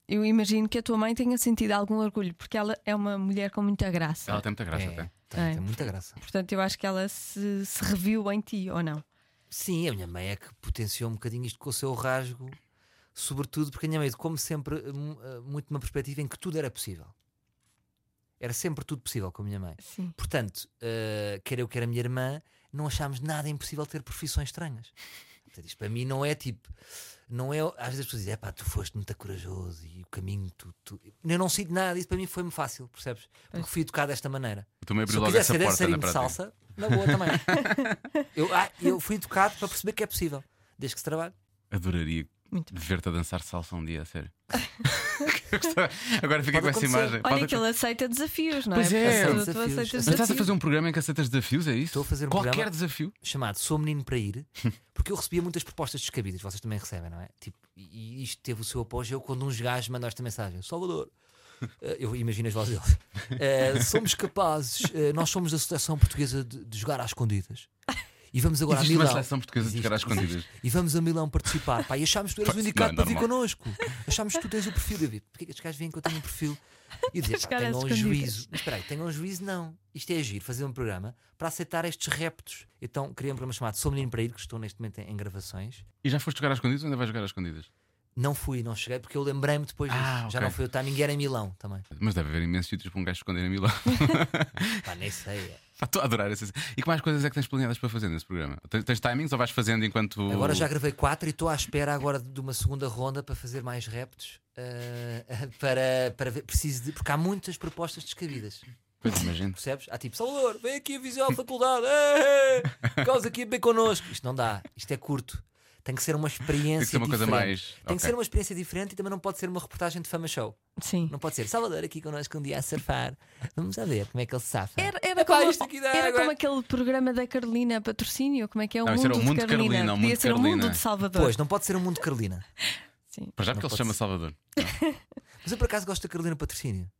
B: eu imagino que a tua mãe tenha sentido algum orgulho, porque ela é uma mulher com muita graça.
A: Ela tem muita graça
D: É,
A: até.
D: tem,
B: É.
D: tem muita graça.
B: Portanto, eu acho que ela se, se reviu em ti, ou não?
D: Sim, a minha mãe é que potenciou um bocadinho isto com o seu rasgo, sobretudo porque a minha mãe, como sempre, mu- eh, muito uma perspectiva em que tudo era possível. Era sempre tudo possível com a minha mãe.
B: Sim.
D: Portanto, eh, quer eu, quer a minha irmã, não achámos nada impossível ter profissões estranhas. Portanto, isto para mim não é tipo. Não é, às vezes as pessoas dizem, pá, tu foste muito corajoso e o caminho, tu, tu-" Eu não sinto nada, isso para mim foi-me fácil, percebes? Porque fui educado desta maneira.
A: Eu também abri
D: Se eu
A: logo essa
D: quisesse
A: porta
D: ser
A: é na
D: dançarino de
A: prática.
D: salsa, na boa também. eu, ah, eu fui educado para perceber que é possível, desde que se trabalhe.
A: Adoraria
B: Muito
A: ver-te a dançar salsa um dia, a sério. Agora fiquei
D: Pode
A: com essa
D: acontecer.
A: imagem. Pode
B: Olha que
A: acontecer.
B: ele aceita desafios, não é?
A: Pois é.
B: Portanto, tu
D: Aceita
B: aceitas
D: desafios.
A: Mas estás a
B: desafios.
A: fazer um programa em que aceitas desafios, é isso?
D: Estou a fazer um
A: Qualquer
D: programa.
A: desafio.
D: Chamado Sou Menino para Ir, porque eu recebia muitas propostas descabidas, vocês também recebem, não é? Tipo, e e isto teve o seu apogeu quando uns gajos mandam esta mensagem: Salvador. eh, eu imagino as vozes deles. eh, somos capazes, eh, nós somos da seleção portuguesa de, de jogar às escondidas. E vamos agora
A: Existe
D: a
A: uma
D: Milão.
A: seleção portuguesa de
D: Existe,
A: jogar às
D: existe.
A: escondidas.
D: E vamos a Milão participar. Pá, e achámos que tu eras o
A: Não,
D: indicado
A: é
D: para vir
A: normal.
D: connosco. Achámos que tu tens o perfil, David. Porquê que estes gajos veem que eu tenho um perfil? E eu dizia, pá,
B: Jogar às
D: tenham um
B: escondidas.
D: juízo. Mas espera aí, tenham um juízo, não. Isto é agir, fazer um programa para aceitar estes reptos. Então, criei um programa chamado Sou Menino para Ir, que estou neste momento em, em gravações.
A: E já foste jogar às escondidas ou ainda vais jogar às escondidas? não
D: Não fui, não cheguei, porque eu lembrei-me depois disso.
A: Ah,
D: Já
A: ok.
D: não foi o timing, era em Milão também.
A: Mas deve haver imensos sítios para um gajo esconder em Milão.
D: Pá, nem sei. é.
A: Pá, Estou a adorar essa. E que mais coisas é que tens planeadas para fazer nesse programa? Tens, tens timings ou vais fazendo enquanto.
D: Agora já gravei quatro e estou à espera agora de uma segunda ronda para fazer mais reptos. ah, para, para ver, preciso de. Porque há muitas propostas descabidas.
A: Pois imagino.
D: Percebes? Há tipo, Salvador, vem aqui avisar a faculdade, eh, eh, causa aqui a beber connosco. Isto não dá, isto é curto. Tem que ser uma experiência.
A: ser uma coisa
D: diferente.
A: mais-
D: Tem que
A: ok.
D: ser uma experiência diferente e também não pode ser uma reportagem de fama show.
B: Sim.
D: Não pode ser Salvador aqui connosco um dia a surfar. Vamos a ver como é que ele se safa.
B: Era, era,
D: Epá,
B: como,
D: isto aqui dá
B: era
D: água.
B: como aquele programa da Carolina Patrocínio, como é que é o
A: Não, isso
B: mundo,
A: era o mundo
B: de
A: de
B: Carolina?
A: Carolina, o
B: Podia
A: mundo de
B: ser o mundo
A: Carolina.
B: de Salvador.
D: Pois, não pode ser um mundo de Carolina.
B: Sim.
A: Para já porque
D: Não
A: ele se
D: pode
A: chama
D: ser.
A: Salvador.
D: Mas eu por acaso gosto da Carolina Patrocínio.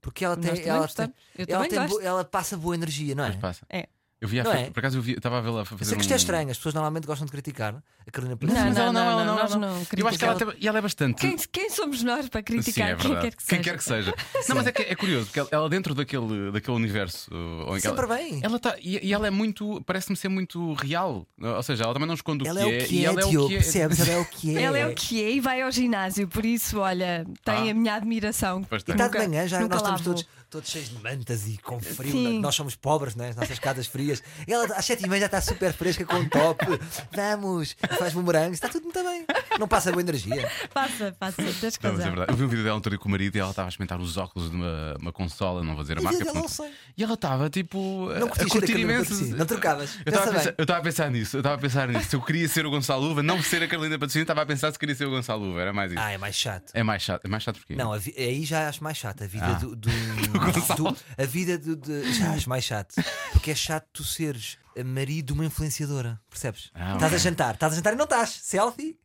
D: Porque ela
B: Nós
D: tem.
B: também
D: Ela,
B: gostamos. Eu
D: ela,
B: também
D: tem
B: gosto.
D: bo- ela passa boa energia, não é?
A: Mas passa.
B: É.
A: Eu vi a
D: Não
A: fa-
D: é?
A: Por acaso eu, vi, estava a vê-la a
D: Eu
A: fazer.
D: sei que isto
A: um-
D: é estranho, as pessoas normalmente gostam de criticar a Carolina
B: Não,
D: Patrocínio.
B: não, não, não, nós não
A: Eu acho que ela,
B: criticamos.
A: até- e ela é bastante.
B: Quem, quem somos nós
A: Sim,
B: para
A: é
B: criticar quem
A: verdade.
B: quer que seja?
A: Quem quer que seja. Não, mas é, que é curioso, porque ela- ela dentro daquele, daquele universo. uh, ou em que
D: Sempre
A: ela,
D: bem.
A: Ela tá, e, e ela é muito. Parece-me ser muito real. Ou seja, ela também não esconde o
D: Ela
A: que
D: é
A: é.
D: o que
A: e
D: é,
A: ela
D: Diogo,
A: é o que é.
D: percebes? Ela é o que é.
B: Ela é o que é e vai ao ginásio, por isso, olha, tem
A: Ah.
B: a minha admiração.
A: Pois
D: E
A: tem.
D: está de
B: Nunca-
D: manhã já,
B: nunca
D: nós
B: lá
D: estamos
B: vou.
D: todos, todos cheios de mantas e com frio,
B: Sim.
D: não- nós somos pobres, né? as nossas casas frias. Ela às sete e meia já está super fresca com um top, vamos, faz bumerangue, está tudo muito bem. Não passa boa energia.
B: Passa, passa, tens que
A: Não, mas é
B: fazer.
A: verdade. Eu vi um vídeo dela ontem com o marido e ela estava a experimentar os óculos de uma, uma consola, não vou dizer a
D: E
A: marca.
D: diz ela,
A: porque-
D: "Não sei."
A: E ela estava tipo a-
D: Não
A: a
D: curtiste
A: curtir
D: a Carolina
A: imenso.
D: Patrocínio, não trocavas.
A: Eu estava a,
D: Pensa
A: pensar-
D: bem.
A: eu estava a pensar nisso, eu estava a pensar nisso. Se eu queria ser o Gonçalo Luva, não ser a Carolina Patrocínio, estava a pensar se queria ser o Gonçalo Luva, era mais isso.
D: Ah, é mais chato.
A: É mais chato, é mais chato porque
D: Não, a vi- aí já acho mais chato a vida
A: Ah.
D: do, do-
A: Gonçalo.
D: do- A vida do, de- Já acho mais chato. Porque é chato tu seres a marido de uma influenciadora, percebes?
A: Ah,
D: estás
A: ok.
D: a jantar, estás a jantar e não estás. Selfie,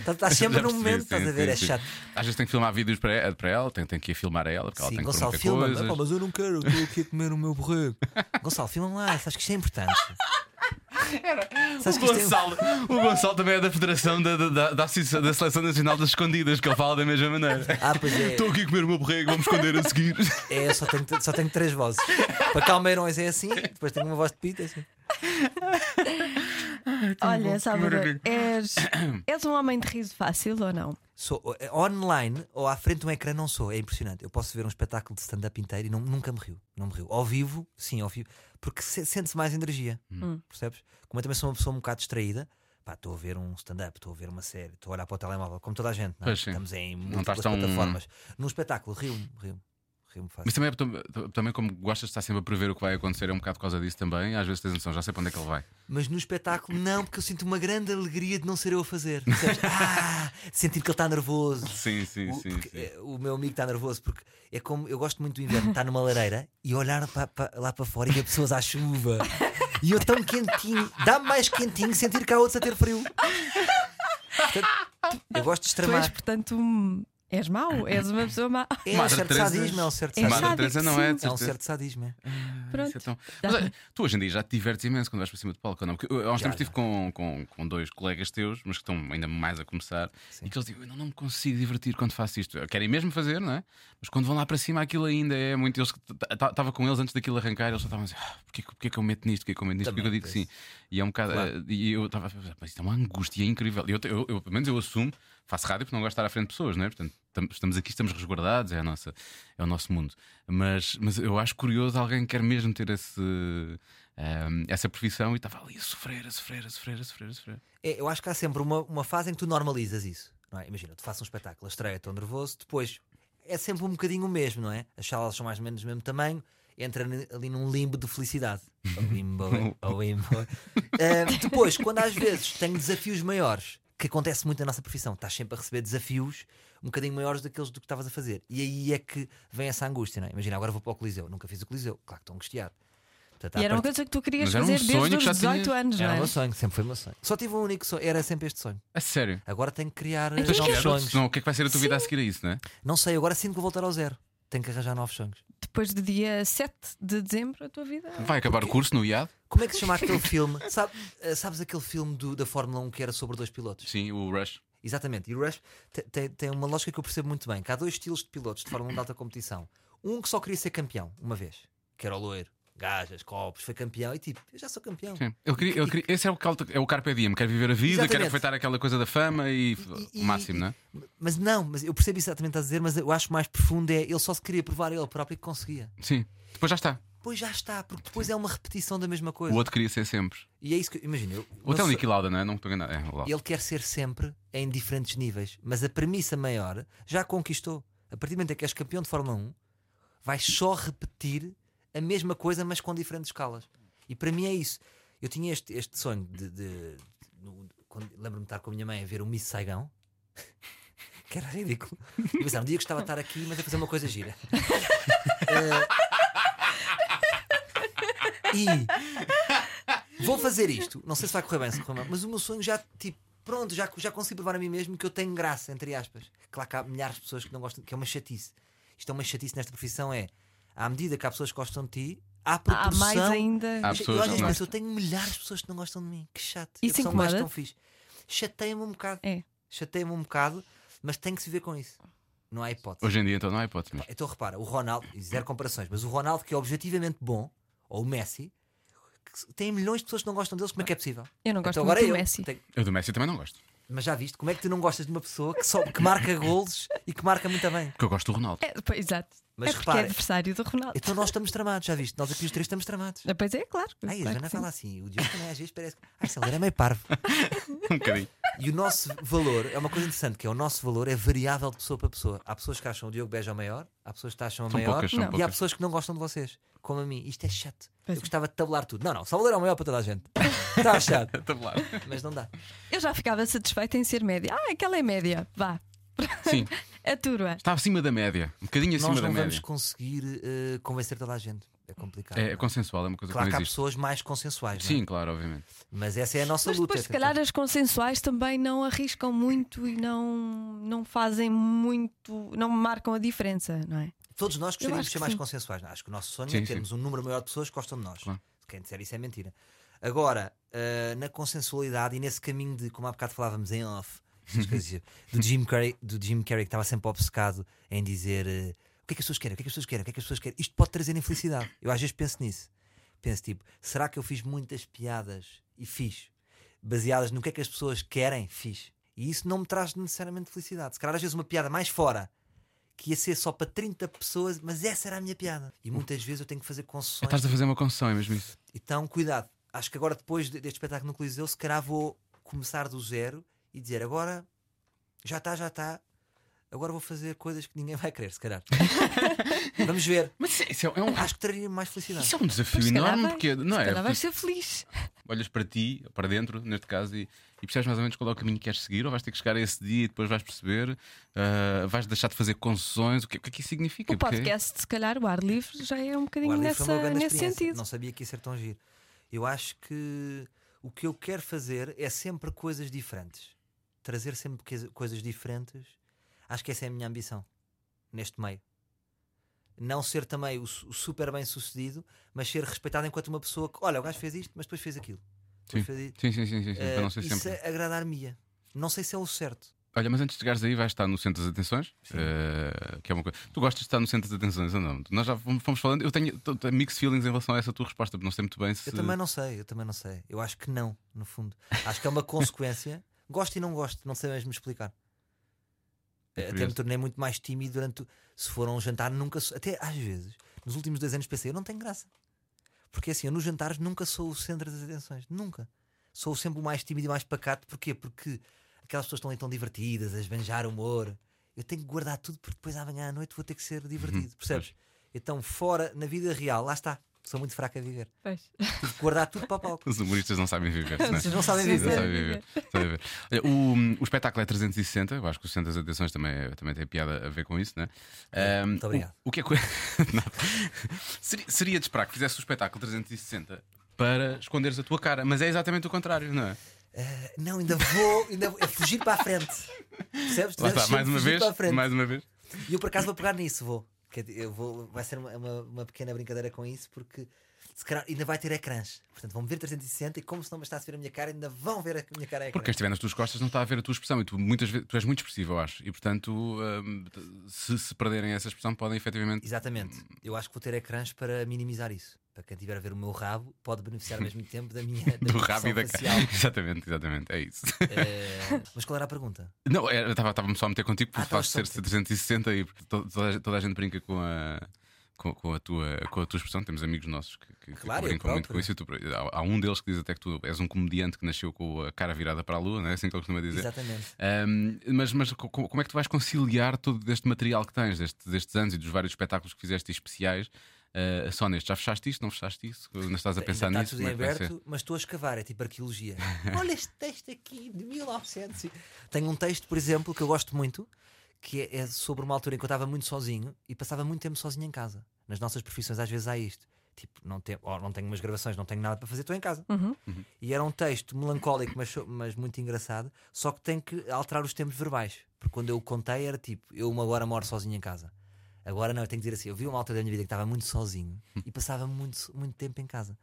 D: Está tá sempre
A: Já
D: num
A: percebi,
D: momento,
A: sim,
D: estás a ver?
A: sim,
D: é
A: sim.
D: chato.
A: Às vezes tem que filmar vídeos para, para ela, tem, tem que ir filmar a ela, porque ela
D: Sim,
A: tem que
D: Gonçalo,
A: prometer
D: filma.
A: coisas.
D: Pá, mas é eu não quero, estou aqui a comer o meu borrego. Gonçalo, filma lá, sabes que isto é importante. Sabes é
A: O Gonçalo, o Gonçalo também é da Federação da, da, da, da Associa- da Seleção Nacional das Escondidas, que ele fala da mesma maneira.
D: Ah, pois é.
A: Estou aqui a comer o meu borrego, vamos esconder a seguir.
D: É, eu só tenho, só tenho três vozes. Para Calmeirões é assim, depois tenho uma voz de pita. Assim.
B: Olha, Salvador, és, és um homem de riso fácil ou não?
D: Sou, eh, online ou à frente de um ecrã, não sou. É impressionante. Eu posso ver um espetáculo de stand-up inteiro e não- nunca me rio. Não me rio. Ao vivo, sim, ao vivo. Porque se- sente-se mais energia.
A: Hum.
D: Percebes? Como eu também sou uma pessoa um bocado distraída. Pá, estou a ver um stand-up, estou a ver uma série, estou a olhar para o telemóvel, como toda a gente, não é?
A: Pois sim.
D: estamos em
A: estás
D: muitas
A: tão-
D: plataformas. Num espetáculo, rio-me, rio-me, rio-me fácil.
A: Mas também, é tam- também como gostas de estar sempre a prever o que vai acontecer, é um bocado por causa disso também. Às vezes tens noção, já sei para onde é que ele vai.
D: Mas no espetáculo, não, porque eu sinto uma grande alegria de não ser eu a fazer. Percebes? ah, sentir que ele está nervoso.
A: Sim, sim,
D: O, porque, eh, o meu amigo está nervoso porque é como eu gosto muito do inverno, está numa lareira e olhar pa- pa- lá para fora e ver pessoas à chuva. E eu tão quentinho, dá-me mais quentinho sentir que há outros a ter frio. Portanto, eu gosto de
B: Tu és,
D: extremar.
B: portanto, um- és mau, és uma pessoa má.
D: É um
A: Madre
D: certo
A: Teresa-
D: sadismo, é um certo
B: É
A: Madre
D: sadismo.
B: sádico,
A: Teresa não é,
B: sim.
A: de
D: É um
A: certeza.
D: certo sadismo, é.
A: Isso é
B: Pronto.
A: tão- Mas, olha, tu hoje em dia já te divertes imenso quando vais para cima de palco. ou Não? Porque eu, há uns
D: Já,
A: tempos estive
D: já.
A: com, com, com dois colegas teus, mas que estão ainda mais a começar, e que eles dizem: Eu não, não me consigo divertir quando faço isto. Querem mesmo fazer, não é? Mas quando vão lá para cima, aquilo ainda é muito. Estava com eles antes daquilo arrancar, eles só estavam a dizer: ah, porquê, que- porquê que eu meto nisto? Porquê que eu meto nisto? Porquê que eu
D: Também,
A: digo
D: pois.
A: sim? E é um bocado. eh, E eu estava a pensar: Mas isto é uma angústia incrível. E Eu, te- eu, eu, pelo menos eu assumo, faço rádio porque não gosto de estar à frente de pessoas, não é? Portanto, tam- estamos aqui, estamos resguardados, é, a nossa, é o nosso mundo. Mas, mas eu acho curioso alguém que quer mesmo ter esse, ehm, essa profissão e estava ali a sofrer, a sofrer, a sofrer, a sofrer, a sofrer.
D: É, eu acho que há sempre uma, uma fase em que tu normalizas isso. não é? Imagina, tu faço um espetáculo, a estreia, estou nervoso, depois é sempre um bocadinho o mesmo, não é? As salas são mais ou menos do mesmo tamanho, entra ne- ali num limbo de felicidade. O limbo, é, o limbo. é. Ah, depois, quando às vezes tenho desafios maiores, que acontece muito na nossa profissão, estás sempre a receber desafios um bocadinho maiores daqueles do que estavas a fazer. E aí é que vem essa angústia, não é? Imagina, agora vou para o Coliseu, nunca fiz o Coliseu, claro que estou angustiado. Portanto, à
B: E era uma
D: partida-
B: coisa que tu querias
A: Mas era um
B: fazer
A: sonho
B: desde
A: que já
B: os 18
A: tinhas.
B: anos, não
D: Tá, Era o
B: é?
D: meu sonho, sempre foi o meu sonho. Só tive um único sonho, era sempre este sonho.
A: A sério.
D: Agora tenho que criar eh,
A: Então
B: Mas
D: novos
B: que-
D: sonhos.
A: Senão, o que é que vai ser a tua vida a seguir a isso, não é?
D: Não sei, agora sinto que vou voltar ao zero. Tenho que arranjar novos sonhos.
B: Depois do dia 7 de dezembro, a tua vida.
A: Vai acabar o curso no IAD?
D: Como é que se chama aquele filme? Sabe- eh, sabes aquele filme do- da Fórmula 1 que era sobre dois pilotos?
A: Sim, o Rush.
D: Exatamente. E o Rush te- tem, tem uma lógica que eu percebo muito bem: que há dois estilos de pilotos de Fórmula 1 de alta competição. Um que só queria ser campeão, uma vez, que era o loiro, gajas, copos, foi campeão e tipo, eu já sou campeão.
A: Sim. Eu queria, eu queria- esse é o, cal- é o Carpe Diem. Quero viver a vida, quero
D: Exatamente.
A: aproveitar aquela coisa da fama e,
D: E-
A: o máximo, não é?
D: Mas não, mas eu percebo exatamente o que estás a dizer, mas eu acho mais profundo é ele só se queria provar ele próprio que conseguia.
A: Sim. Depois já está.
D: Pois já está, porque depois é uma repetição da mesma
A: O
D: coisa.
A: outro queria ser sempre.
D: E é isso que eu imagino. eu-
A: Ou até o
D: não sei-
A: Niki Lauda, não é? Não estou a enganar. É, o Lauda.
D: ele quer ser sempre em diferentes níveis, mas a premissa maior já a conquistou. A partir do momento em que és campeão de Fórmula 1, vais só repetir a mesma coisa, mas com diferentes escalas. E para mim é isso. Eu tinha este, este sonho de. de- no- quando- Lembro-me de estar com a minha mãe a ver o Miss Saigão. Que era ridículo. E pensava, um dia gostava de estar aqui, mas a fazer uma coisa gira. Eh, e vou fazer isto. Não sei se vai correr bem, se correr mal, mas o meu sonho já, tipo, pronto, já, já consigo provar a mim mesmo que eu tenho graça, entre aspas. Claro que há milhares de pessoas que não gostam, que é uma chatice. Isto é uma chatice nesta profissão, é à medida que há pessoas que gostam de ti, há
B: Há
D: proporção.
B: Ah, mais ainda.
A: Há
D: Eu-
A: pessoas que
D: eu, às vezes
A: não
D: penso, eu tenho milhares de pessoas que não gostam de mim. Que chato.
B: Isso
D: eu que sou mais
B: incomoda?
D: tão fixe. Chateia-me um bocado.
B: É.
D: Chateia-me um bocado, mas tem que se viver com isso. Não há hipótese.
A: Hoje em dia, então, não há hipótese. Mas...
D: Então repara, o Ronaldo, e zero comparações, mas o Ronaldo que é objetivamente bom, ou o Messi, que se- tem milhões de pessoas que não gostam deles, como é que é possível?
B: Eu não gosto
D: Então
B: muito
D: agora
B: do
D: eu
B: Messi.
D: tenho-
A: Eu do Messi também não gosto.
D: Mas já viste, como é que tu não gostas de uma pessoa que, só, que marca golos e que marca muito bem?
A: Porque eu gosto do Ronaldo.
B: É, pois, exato.
D: Mas
B: é porque
D: repara-
B: é adversário do Ronaldo.
D: Então nós estamos tramados, já viste? Nós aqui os três estamos tramados.
B: Ah, Pois é, claro.
D: Ai,
B: claro
D: a Joana
B: que sim.
D: fala assim, o Diogo também às vezes parece que. Ai, esse é meio parvo.
A: Um bocadinho.
D: E o nosso valor é uma coisa interessante, que é o nosso valor é variável de pessoa para pessoa. Há pessoas que acham o Diogo Beja o maior, há pessoas que acham a
A: São
D: maior
A: poucas, são
D: e há
A: poucas.
D: pessoas que não gostam de vocês, como a mim. Isto é chato.
B: Pois é.
D: Eu gostava de tabular tudo. Não, não, Salvador é o maior para toda a gente. Está chato,
A: Tabular.
D: mas não dá.
B: Eu já ficava satisfeita em ser média. Ah, aquela é média. Vá.
A: Sim.
B: A turba.
A: Está acima da média. Um bocadinho acima
D: Nós
A: da
D: não
A: média.
D: vamos conseguir eh, convencer toda a gente. É complicado.
A: É consensual, é uma coisa
D: Claro
A: que
D: que há
A: não existe.
D: pessoas mais consensuais, não é?
A: Sim, claro, obviamente.
D: mas essa é a nossa
B: Mas
D: luta.
B: depois, se calhar,
D: tentamos-
B: as consensuais também não arriscam muito e não, não fazem muito, não marcam a diferença, não é?
D: Todos nós gostaríamos
B: acho
D: de
B: que
D: ser mais
B: sim.
D: consensuais. não é? Acho que o nosso sonho
A: Sim,
D: é
A: sim.
D: termos um número maior de pessoas que gostam de nós.
A: Claro.
D: Quem disser isso é mentira. Agora, ah, na consensualidade e nesse caminho de, como há bocado falávamos em off, essas coisas, do, Jim Carrey, do Jim Carrey que estava sempre obcecado em dizer eh, o que é que as pessoas querem, o que é que as pessoas querem, o que é que as pessoas querem. Isto pode trazer infelicidade. Eu às vezes penso nisso. Penso tipo, será que eu fiz muitas piadas e fiz, baseadas no que é que as pessoas querem? Fiz. E isso não me traz necessariamente felicidade. Se calhar às vezes uma piada mais fora que ia ser só para 30 pessoas, mas essa era a minha piada. E muitas vezes eu tenho que fazer concessões.
A: Estás a fazer uma concessão, é mesmo isso.
D: Então, cuidado. Acho que agora, depois de- deste espetáculo no Coliseu, se calhar vou começar do zero e dizer agora já está, já está. Agora vou fazer coisas que ninguém vai querer, se calhar. Vamos ver.
A: Mas isso é- isso é, é um,
D: Acho que traria mais felicidade.
A: isso é um desafio
B: Pois, se calhar
A: enorme,
B: vai.
A: porque não
B: se
A: é?
B: calhar vais ser feliz.
A: olhas para ti, para dentro, neste caso, e, e percebes mais ou menos qual é o caminho que queres seguir, ou vais ter que chegar a esse dia e depois vais perceber, ah, vais deixar de fazer concessões, o que, o que é que isso significa?
B: O podcast, se calhar, o ar livre já é um bocadinho
D: Guarda,
B: nessa,
D: foi uma grande
B: nesse
D: experiência.
B: sentido.
D: Não sabia que ia ser tão giro. Eu acho que o que eu quero fazer é sempre coisas diferentes. Trazer sempre que- coisas diferentes. Acho que essa é a minha ambição neste meio. Não ser também o, su- o super bem sucedido, mas ser respeitado enquanto uma pessoa que, olha, o gajo fez isto, mas depois fez aquilo. Depois fez i-
A: Sim, sim, sim, sim, sim,
D: Eh,
A: para não ser
D: isso
A: sempre.
D: agradar-me. Não sei se é o certo.
A: Olha, mas antes de chegares aí, vais estar no centro das atenções, ah, que é uma coisa. Tu gostas de estar no centro das atenções ou não? Nós já fomos fomos falando, eu tenho t- t- mixed feelings em relação a essa tua resposta, porque não sei muito bem se.
D: Eu também não sei, eu também não sei. Eu acho que não, no fundo. Acho que é uma consequência. Gosto e não gosto, não sei mesmo explicar.
A: É
D: até
A: curioso.
D: me tornei muito mais tímido durante. o- Se for a um jantar, nunca. sou- Até às vezes, nos últimos dois anos, pensei, eu não tenho graça. Porque assim, eu nos jantares nunca sou o centro das atenções. Nunca. Sou sempre o mais tímido e mais pacato. Porquê? Porque aquelas pessoas estão ali tão divertidas, a esbanjar humor. Eu tenho que guardar tudo porque depois amanhã à noite vou ter que ser
A: Uhum,
D: divertido, percebes? Então, fora, na vida real, lá está. Sou muito fraco a viver.
B: Pois.
D: Tive que guardar tudo para o palco.
A: Os humoristas não sabem viver, não é?
D: Vocês não sabem
B: Sim,
A: Não
D: viver.
A: sabe viver, sabe viver. Olha, o, o espetáculo é 360, eu acho que o Centro das Atenções também, é- também tem piada a ver com isso, né? Ahm,
D: Muito obrigado.
A: O, o que é que. Nada. seria, seria de esperar que fizesse o espetáculo 360 para esconderes a tua cara, mas é exatamente o contrário, não é?
D: Ah, Não, ainda vou, ainda vou é fugir para a frente. Percebes?
A: Lá está,
D: Sempre
A: mais uma
D: fugir
A: vez,
D: para a frente.
A: mais uma vez.
D: E eu por acaso vou pegar nisso, vou. Quer dizer, Eu vou vai ser uma, uma, uma pequena brincadeira com isso, porque se calhar ainda vai ter ecrãs. Portanto, vão ver 360 e como se não bastasse ver a minha cara, ainda vão ver a minha cara a ecrã.
A: Porque quem estiver nas tuas costas não está a ver a tua expressão e tu muitas vezes tu és muito expressivo, eu acho. E portanto, ahm, se, se perderem essa expressão, podem efetivamente.
D: Exatamente. Eu acho que vou ter ecrãs para minimizar isso. Para quem estiver a ver o meu rabo, pode beneficiar ao mesmo tempo da minha da
A: Do
D: minha
A: rabo e da
D: expressão
A: cara.
D: facial.
A: Exatamente, exatamente, é isso.
D: Eh, mas qual era a pergunta?
A: Não, é, eu estava estava-me só a meter contigo porque
D: Ah,
A: tu fazes ser
D: estavas só a
A: 360 e porque to- toda, a gente- toda a gente brinca com a. Com, com a tua, com a tua expressão, temos amigos nossos que, que- que
D: Claro, eu
A: brincam muito com
D: próprio.
A: isso. e Tu, há, há um deles que diz até que tu és um comediante que nasceu com a cara virada para a lua, não é assim que ele costuma dizer.
D: Exatamente.
A: Ahm, mas mas co- co- como é que tu vais conciliar todo este material que tens, deste- destes anos e dos vários espetáculos que fizeste e especiais, ah, só neste? Já fechaste isto? Não fechaste isso? Não estás a
D: Ainda
A: pensar
D: está
A: nisso?
D: tudo em
A: Como é que vai ser?
D: aberto, mas estou a escavar, é tipo arqueologia. Olha este texto aqui de 1900. e- Tenho um texto, por exemplo, que eu gosto muito, que é, é sobre uma altura em que eu estava muito sozinho e passava muito tempo sozinho em casa. Nas nossas profissões, às vezes há isto. Tipo, não, te, ou não tenho umas gravações, não tenho nada para fazer, estou em casa.
A: Uhum.
D: E era um texto melancólico, mas, so- mas muito engraçado, só que tem que alterar os tempos verbais. Porque quando eu o contei era tipo, eu agora moro sozinho em casa. Agora não, eu tenho que dizer assim, eu vi uma altura da minha vida que estava muito sozinho
A: Hum.
D: e passava muito, so- muito tempo em casa.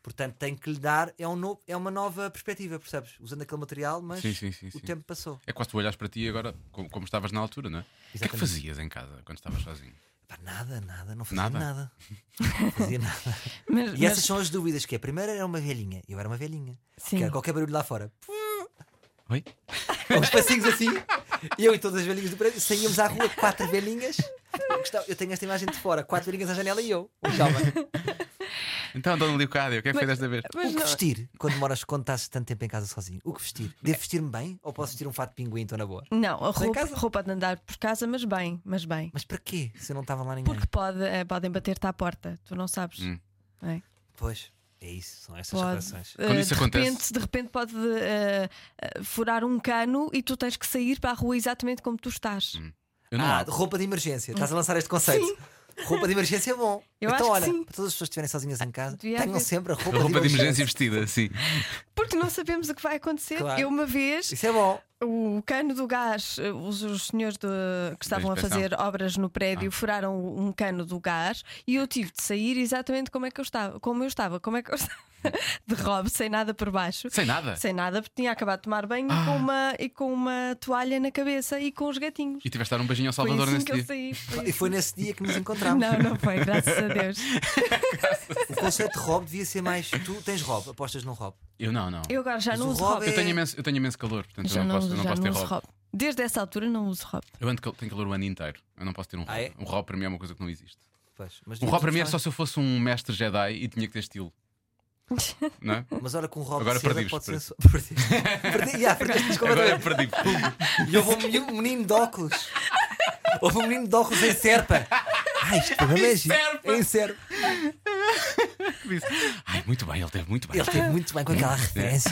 D: Portanto, tem que lhe dar, é, um novo, é uma nova perspectiva, percebes? Usando aquele material, mas
A: Sim, sim, sim,
D: o
A: sim.
D: tempo passou.
A: É quase tu olhas para ti e agora, como, como estavas na altura, não é? O que é que
D: Exatamente.
A: fazias em casa quando estavas sozinho?
D: Pá, nada, nada, não fazia
A: Nada?
D: nada. Não fazia nada.
B: Mas,
D: E essas são as dúvidas que é. Primeiro era uma velhinha, eu era uma velhinha.
B: Sim.
D: Que era qualquer barulho lá fora.
A: Oi?
D: Com os passinhos assim, eu e todas as velhinhas do prédio saímos à rua, quatro velhinhas. Eu gostava- Eu tenho esta imagem de fora, quatro velhinhas à janela e eu, um jovem.
A: Então, Dona Leocádia, o que é que foi desta vez?
B: mas
D: O que
B: não-
D: vestir quando moras quando estás tanto tempo em casa sozinho? O que vestir? Devo vestir-me bem ou posso vestir um fato de pinguim então na boa?
B: Não, a
D: Estou em
B: roupa,
D: casa.
B: roupa de andar por casa, mas bem, mas bem.
D: Mas para quê? Se eu não estava lá ninguém?
B: Porque pode, eh, podem bater-te à porta, tu não sabes.
A: Hum.
B: não é?
D: Pois, é isso, são essas
B: Pode.
D: relações.
B: eh,
A: Quando isso
B: de
A: acontece-
B: Repente, de repente pode eh, eh, furar um cano e tu tens que sair para a rua exatamente como tu estás.
A: Eu não
D: Ah,
A: abro.
D: roupa de emergência, estás a lançar este conceito. Roupa de emergência é bom.
B: Eu
D: então,
B: acho que
D: olha,
B: sim.
D: para todas as pessoas que estiverem sozinhas em casa,
B: Devia
D: tenham
B: haver-
D: sempre a roupa,
A: Roupa de emergência
D: emergência.
A: vestida, sim.
B: Porque não sabemos o que vai acontecer.
D: Claro.
B: Eu, uma vez,
D: Isso é bom.
B: O cano do gás, eh, os, os senhores de- que estavam a
A: inspeção. Ah.
B: fazer obras no prédio furaram um cano do gás e eu tive de sair exatamente como é que eu estava, como eu estava, como é que eu estava, de robe, sem nada por baixo.
A: Sem nada.
B: Sem nada, porque tinha acabado de tomar banho e,
A: Ah.
B: com uma, e com uma toalha na cabeça e com os gatinhos.
A: E tiveste de dar um beijinho ao
B: Foi
A: Salvador
B: assim
A: nesse
B: que eu
A: dia.
B: saí. foi
D: E
B: assim.
D: foi nesse dia que nos encontramos.
B: Não, não foi, graças a Deus.
D: O conceito de Rob devia ser mais. Tu tens Rob, apostas num Rob.
A: Eu não, não.
B: Eu agora já
D: Mas
B: não
D: o
B: uso
D: Rob
B: robe.
D: é-
A: Eu tenho imenso, eu tenho imenso calor, portanto
B: Já
A: eu não
B: não,
A: posso, eu não
B: já
A: posso
B: não
A: ter
B: uso
A: robe.
B: robe. Desde essa altura não uso robe.
A: Eu ando, cal- tenho calor o ano inteiro. Eu não posso ter um robe.
D: Ah, é?
A: Um robe para mim é uma coisa que não existe.
D: Pois, mas
A: Um
D: devíamos
A: robe para mim é só
D: gostar.
A: se eu fosse um mestre Jedi e tinha que ter estilo. Não é?
D: Mas olha, com o Rob
A: Agora
D: de seda
A: perdi-vos,
D: pode ser.
A: perdi.
D: só- Perdi. Perdi. Yeah, perdiste
B: é?
A: Agora
D: completamente.
A: perdi.
D: E houve um menino- um menino de óculos. Houve um menino de óculos em Serpa. Ah, isto programa é giro.
A: Serpa.
D: Em Serpa.
A: Ai, muito bem, ele teve muito bem.
D: Ele teve muito bem com
A: É.
D: aquela referência.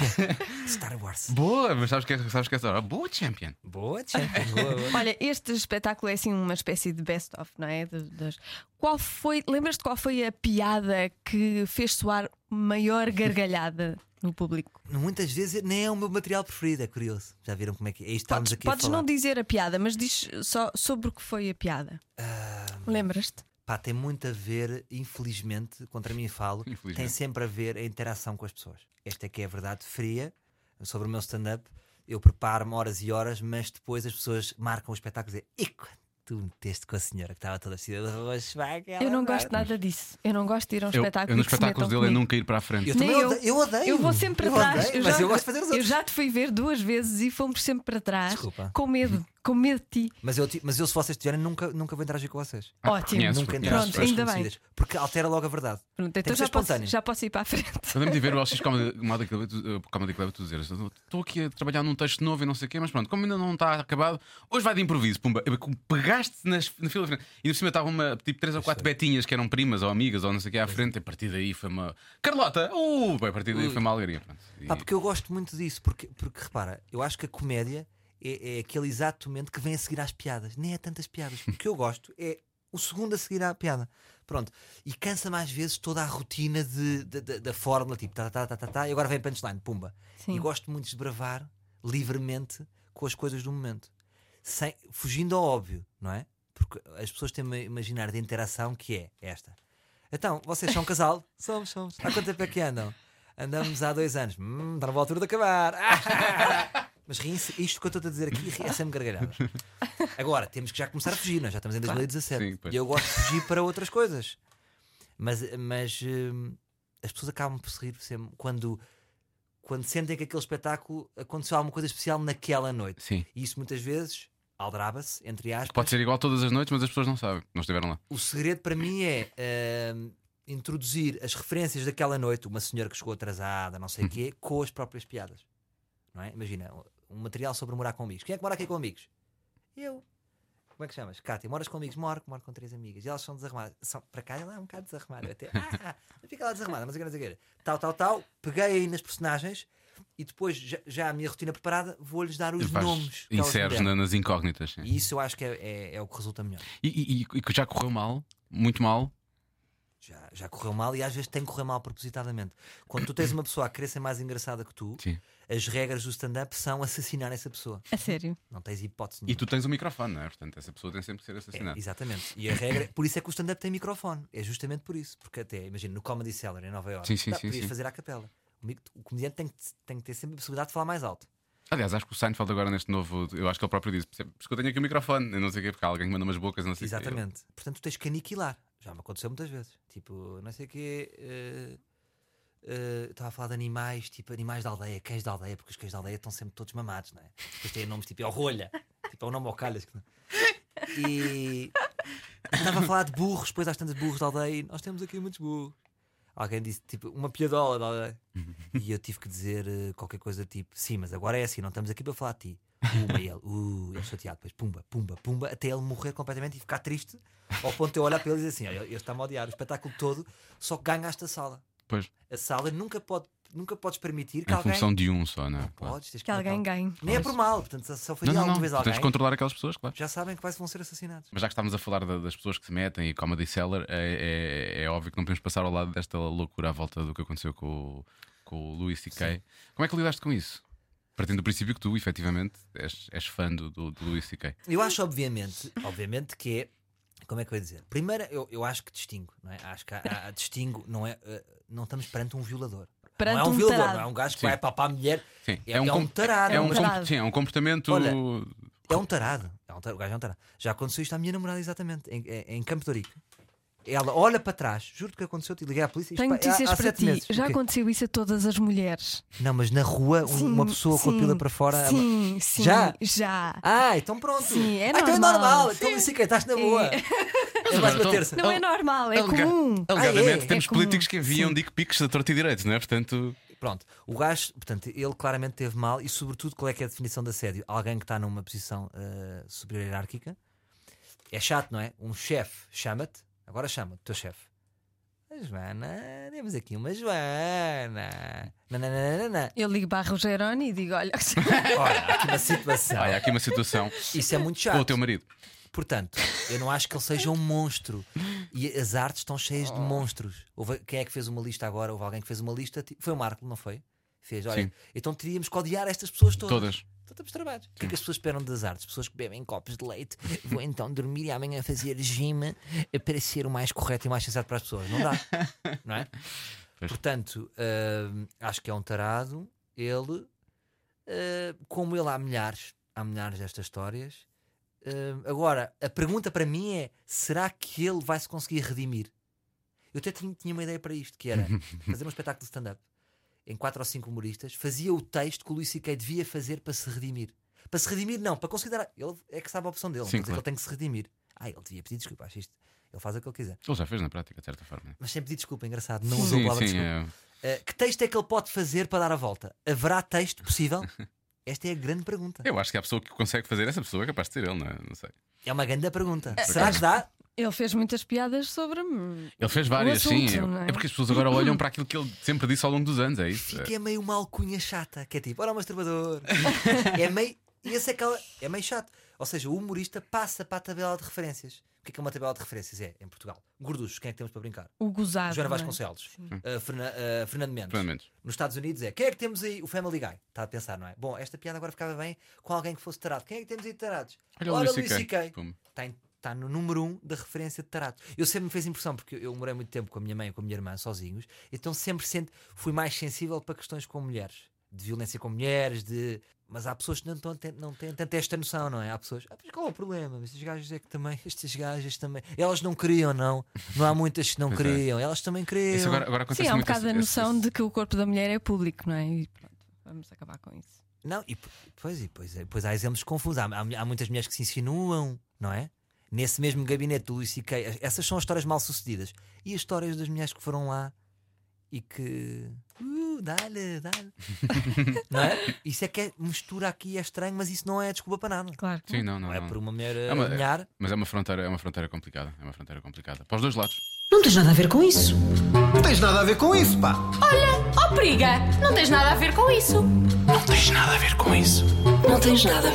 D: Star Wars.
A: Boa, mas sabes que é- sabes que é essa hora? Boa champion.
D: Boa, Champions. Boa, boa.
B: Olha, este espetáculo é assim uma espécie de best-of, não é? De- das- Qual foi, lembras-te qual foi a piada que fez soar maior gargalhada no público?
D: Muitas vezes nem é o meu material preferido, é curioso. Já viram como é que é? Isto estávamos
B: Podes,
D: aqui a
B: podes
D: falar.
B: não dizer a piada, mas diz só sobre o que foi a piada.
D: Ah,
B: Lembras-te?
D: Pá, tem muito a ver, infelizmente, contra mim falo,
A: Infelizmente.
D: tem sempre a ver a interação com as pessoas. Esta é que é a verdade fria sobre o meu stand-up. Eu preparo-me horas e horas, mas depois as pessoas marcam o espetáculo e dizem: E quando tu meteste com a senhora que estava toda vestida de roxo, vai aquela
B: Eu não
D: vai."
B: gosto nada disso. Eu não gosto de ir a um
A: Eu,
B: espetáculo.
A: eu nos
B: e que se
A: espetáculos
B: metam
A: dele é
B: comigo.
A: nunca ir para a frente.
D: Eu
B: Nem
D: também
B: eu.
D: odeio, eu odeio.
B: Eu vou sempre para trás.
D: odeio, mas eu gosto de fazer os
B: eu
D: outros.
B: já te fui ver duas vezes e fomos sempre para trás.
D: Desculpa.
B: Com medo, com medo de ti.
D: Mas, eu, ti- mas eu, se vocês tiverem, nunca, nunca vou interagir com vocês.
A: Ah,
B: Ótimo.
A: conheces, conheces.
D: nunca interagir
B: Pronto,
D: com pessoas
B: ainda bem.
D: conhecidas, Porque altera logo a verdade.
B: Pronto,
D: Tem
B: então
D: que ser
B: já posso,
D: espontâneo.
B: já posso ir para a frente.
A: Eu lembro de ver o LX Comedy Comedy Club, tu- eh, Comedy Club tu dizer Estou aqui a trabalhar num texto novo e não sei o quê Mas pronto, como ainda não está acabado Hoje vai de improviso, pumba Eu- Pegaste nas, na fila da frente E por cima estavam uma, tipo três ou
D: é.
A: quatro betinhas Que eram primas ou amigas ou não sei o quê à frente E a partir daí foi uma... Carlota! Uh, bem, a partir daí foi uma alegria pronto. E-
D: Pá, Ah, porque eu gosto muito disso, porque, porque repara, eu acho que a comédia é, é aquele exato momento que vem a seguir às piadas. Nem é tantas piadas. O que eu gosto é o segundo a seguir à piada. Pronto. E cansa mais vezes toda a rotina de, de- de- da fórmula, tipo, tá, tá, tá, tá, tá, e agora vem punchline, pumba.
B: Sim.
D: E gosto muito de bravar livremente com as coisas do momento. Sem, fugindo ao óbvio, não é? Porque as pessoas têm uma imaginar de interação que é esta. Então, vocês são um casal? somos, somos. Há quanto tempo é que andam? Andamos há dois anos. Hum, está na boa altura de acabar. Mas riem-se, isto que eu estou a dizer aqui é sempre gargalhada. Agora, temos que já começar a fugir, nós já estamos em 2017.
A: Sim, pois.
D: e eu gosto de fugir para outras coisas. Mas, mas hum, as pessoas acabam por se rir sempre quando, quando sentem que aquele espetáculo aconteceu alguma coisa especial naquela noite.
A: Sim
D: E isso muitas vezes aldraba-se, entre aspas.
A: Pode ser igual todas as noites, mas as pessoas não sabem Não estiveram lá
D: O segredo para mim é ahm, introduzir as referências daquela noite, uma senhora que chegou atrasada, não
A: Uhum.
D: sei o quê, com as próprias piadas. Não é? Imagina, um material sobre morar com amigos. Quem é que mora aqui com amigos? Eu. Como é que chamas? Cátia, moras com amigos? Moro, moro com três amigas. E elas são desarrumadas. São, para cá ela é um bocado desarrumada. Até, ah, ah, fica lá desarrumada, mas não sei o quê. Tal, tal, tal. Peguei aí nas personagens e depois, já, já a minha rotina preparada, vou-lhes dar os
A: Vais-
D: nomes. que elas me
A: Inseres
D: deram.
A: na- nas incógnitas sim.
D: E isso eu acho que é, é- é o que resulta melhor.
A: E- E e- e que já correu mal, muito mal
D: Já, já correu mal e às vezes tem que correr mal propositadamente. Quando tu tens uma pessoa a querer ser mais engraçada que tu,
A: Sim.
D: as regras do stand-up são assassinar essa pessoa.
B: A É sério.
D: Não tens hipótese
A: E
D: nenhuma.
A: tu tens o microfone, não é? Portanto, essa pessoa tem sempre que ser assassinada
D: É, exatamente. E a regra, por isso é que o stand-up tem microfone. É justamente por isso. Porque até, imagina, no Comedy Cellar em Nova Iorque,
A: Sim, sim,
D: tá,
A: sim,
D: podias
A: sim.
D: fazer à capela. O, mic- o comediante tem que, tem que ter sempre a possibilidade de falar mais alto.
A: Aliás, acho que o Seinfeld agora neste novo, eu acho que ele próprio disse, "Percebe- porque eu tenho aqui o microfone, eu não sei o quê, porque há alguém que manda umas bocas, não sei o quê." É
D: Exatamente. Portanto, tu tens que aniquilar. Já me aconteceu muitas vezes. Tipo, não sei o quê. eh, eh, Estava a falar de animais, tipo animais da aldeia, cães da aldeia, porque os cães da aldeia estão sempre todos mamados, não é? Depois têm nomes tipo é o rolha, tipo é o nome ao calhas. que não- E e estava a falar de burros, depois há tantos burros da aldeia, e nós temos aqui muitos burros. Alguém disse tipo uma piadola da aldeia. E eu tive que dizer eh, qualquer coisa tipo, sim, mas agora é assim, não estamos aqui para falar de ti. Uma e ele, uh, ele chateado, depois pumba, pumba, pumba, até ele morrer completamente e ficar triste, ao ponto de eu olhar para ele e dizer assim: olha, ele está-me a odiar o espetáculo todo, só que ganha esta sala.
A: Pois.
D: A sala nunca pode nunca podes permitir que
A: Em
D: alguém.
A: função de um só, não é? Claro.
D: Podes, tens
B: Que alguém
D: matá-lo.
B: ganhe.
D: Nem é por mal, portanto, se só
A: Não,
D: faria
A: não,
D: alguma
A: não.
D: vez
A: Tu
D: alguém,
A: Tens de controlar aquelas pessoas, claro.
D: já sabem que quase vão ser assassinados.
A: Mas já que estávamos a falar da- das pessoas que se metem e Comedy Cellar, é, é, é óbvio que não podemos passar ao lado desta loucura à volta do que aconteceu com o, com o Louis C.K. Como é que lidaste com isso? Partindo do princípio que tu, efetivamente, és, és fã do, do, do Louis C.K.
D: Eu acho, obviamente, obviamente que é. Como é que eu ia dizer? Primeiro, eu, eu acho que distingo, não é? Acho que há, há- distingo, não é? eh, não estamos perante um violador.
B: Perante
D: não é um,
B: um
D: violador,
B: tarado.
D: não é um gajo que
A: Sim.
D: vai papar a mulher.
A: Sim,
D: É, é um, tarado.
A: é um,
B: um
A: com-
B: tarado.
A: sim, é um comportamento.
D: Olha, É um tarado. É um tarado. O gajo é um tarado. Já aconteceu isto à minha namorada, exatamente, em, eh, em- em Campo de Rico. Ela olha para trás, juro que aconteceu, te liguei à polícia. isto
B: Tenho
D: pá, há-
B: notícias
D: há
B: para
D: sete
B: ti.
D: meses.
B: Já
D: O quê?
B: aconteceu isso a todas as mulheres.
D: Não, mas na rua, um-
B: Sim,
D: uma pessoa com a
B: sim,
D: pila para fora. é
B: Sim, sim.
D: Já?
B: Já.
D: Ah, então pronto.
B: Sim, é
D: ah, então é
B: normal.
D: normal. Então assim que estás na boa. É um mais
A: Então-
D: para terça.
B: Não é normal, é
A: Alega-
B: comum.
A: Alegadamente,
D: Ah, é?
A: temos
B: É comum.
A: políticos que enviam dick pics da torta e direito, não é? Portanto,
D: Pronto, o gajo, portanto, ele claramente teve mal e, sobretudo, qual é que é a definição de assédio? Alguém que está numa posição eh, superior hierárquica. É chato, não é? Um chefe chama-te, agora chama-te, teu chefe. "Ah, Joana, temos aqui uma Joana. Nananana.
B: Eu ligo para a Rogeroni e digo: olha,
D: Olha, há aqui uma situação.
A: olha, há aqui uma situação
D: Isso é muito
A: com o
D: chato.
A: teu marido.
D: Portanto, eu não acho que ele seja um monstro. E as artes estão cheias de monstros. Houve- quem é que fez uma lista agora? Houve alguém que fez uma lista? tipo- Foi o Marco, não foi? Fez, olha,
A: Sim.
D: então teríamos que odiar estas pessoas todas.
A: Todas.
D: Então estamos trabalhos. O que é que as pessoas esperam das artes? Pessoas que bebem copos de leite, vou então dormir e amanhã fazer gym eh, para ser o mais correto e mais sensato para as pessoas. Não dá, não é?
A: Pois.
D: Portanto, hum, acho que é um tarado. Ele, eh, como ele, há milhares, há milhares destas histórias. Hum, agora, a pergunta para mim é: será que ele vai se conseguir redimir? Eu até tinha, tinha uma ideia para isto, que era fazer um espetáculo de stand-up em quatro ou cinco humoristas, fazia o texto que o Luís C.K. devia fazer para se redimir. Para se redimir, não, para considerar. Ele é que sabe a opção dele, não
A: Sim,
D: quer dizer que
A: claro.
D: ele tem que se redimir. Ah, ele devia pedir desculpa, acho isto. Ele faz o que ele quiser.
A: Ele já fez na prática, de certa forma.
D: Mas sem pedir desculpa, é engraçado, não usou a
A: sim,
D: palavra
A: sim,
D: desculpa.
A: é.
D: Ah, que texto é que ele pode fazer para dar a volta? Haverá texto possível? Esta é a grande pergunta.
A: Eu acho que a pessoa que consegue fazer, essa pessoa é capaz de ser ele, não é? Não sei.
D: É uma grande pergunta. Será que dá?
A: É.
B: ele fez muitas piadas sobre. hum, mim.
A: Ele fez várias,
B: assunto,
A: sim.
B: não
A: é?
B: é?
A: porque as pessoas agora olham para aquilo que ele sempre disse ao longo dos anos, é isso? É.
D: Fica meio uma alcunha chata, que é tipo, olha o masturbador. é meio. E esse é, aquela, é meio chato. Ou seja, o humorista passa para a tabela de referências. O que é, que é uma tabela de referências? É, em Portugal. Gorduchos, quem é que temos para brincar?
B: O gozado.
D: Joana
B: não é?
D: Vasconcelos,
A: Hum.
D: uh, Ferna- uh, Fernando Mendes.
A: Pelo menos.
D: Nos Estados Unidos é quem é que temos aí? O Family Guy. Está a pensar, não é? Bom, esta piada agora ficava bem com alguém que fosse tarado. Quem é que temos aí de tarados?
A: Olha o Luís
D: Luís
A: C.K.
D: C.K.
A: Pum.
D: Está tá em- está no número um da referência de tarados. Eu sempre me fez impressão, porque eu morei muito tempo com a minha mãe e com a minha irmã sozinhos, então sempre sente, fui mais sensível para questões com mulheres, de violência com mulheres, de. Mas há pessoas que não, estão a ten- não têm tanta esta noção, não é? Há pessoas. Ah, mas qual é o problema? Mas Estes gajos é que também, estes gajos também. Elas não queriam, não. Não há muitas que não
A: Pois é.
D: queriam. Elas também queriam.
A: Isso agora, agora acontece
B: Sim, há um
A: muito
B: bocado
A: esse-
B: a
A: esse-
B: noção de que o corpo da mulher é público, não é? E pronto, vamos acabar com isso.
D: Não, e p- pois, e pois, é, pois há exemplos confusos. Há, há, há muitas mulheres que se insinuam, não é? Nesse mesmo gabinete do Luís C.K. Essas são as histórias mal sucedidas. E as histórias das mulheres que foram lá e que. Uh, dá-lhe, dá-lhe. não é? Isso é que é, mistura aqui é estranho, mas isso não é desculpa para nada.
B: Claro. que
A: Sim, não, não.
D: Não é
A: não.
D: por uma mulher
A: É uma-
D: ganhar.
A: Mas é uma fronteira, é uma fronteira complicada. É uma fronteira complicada. Para os dois lados.
C: Não tens nada a ver com isso.
E: Não tens nada a ver com isso, pá.
F: Oh, periga, não tens nada a ver com isso.
C: Não tens nada a ver com isso.
F: Não tens nada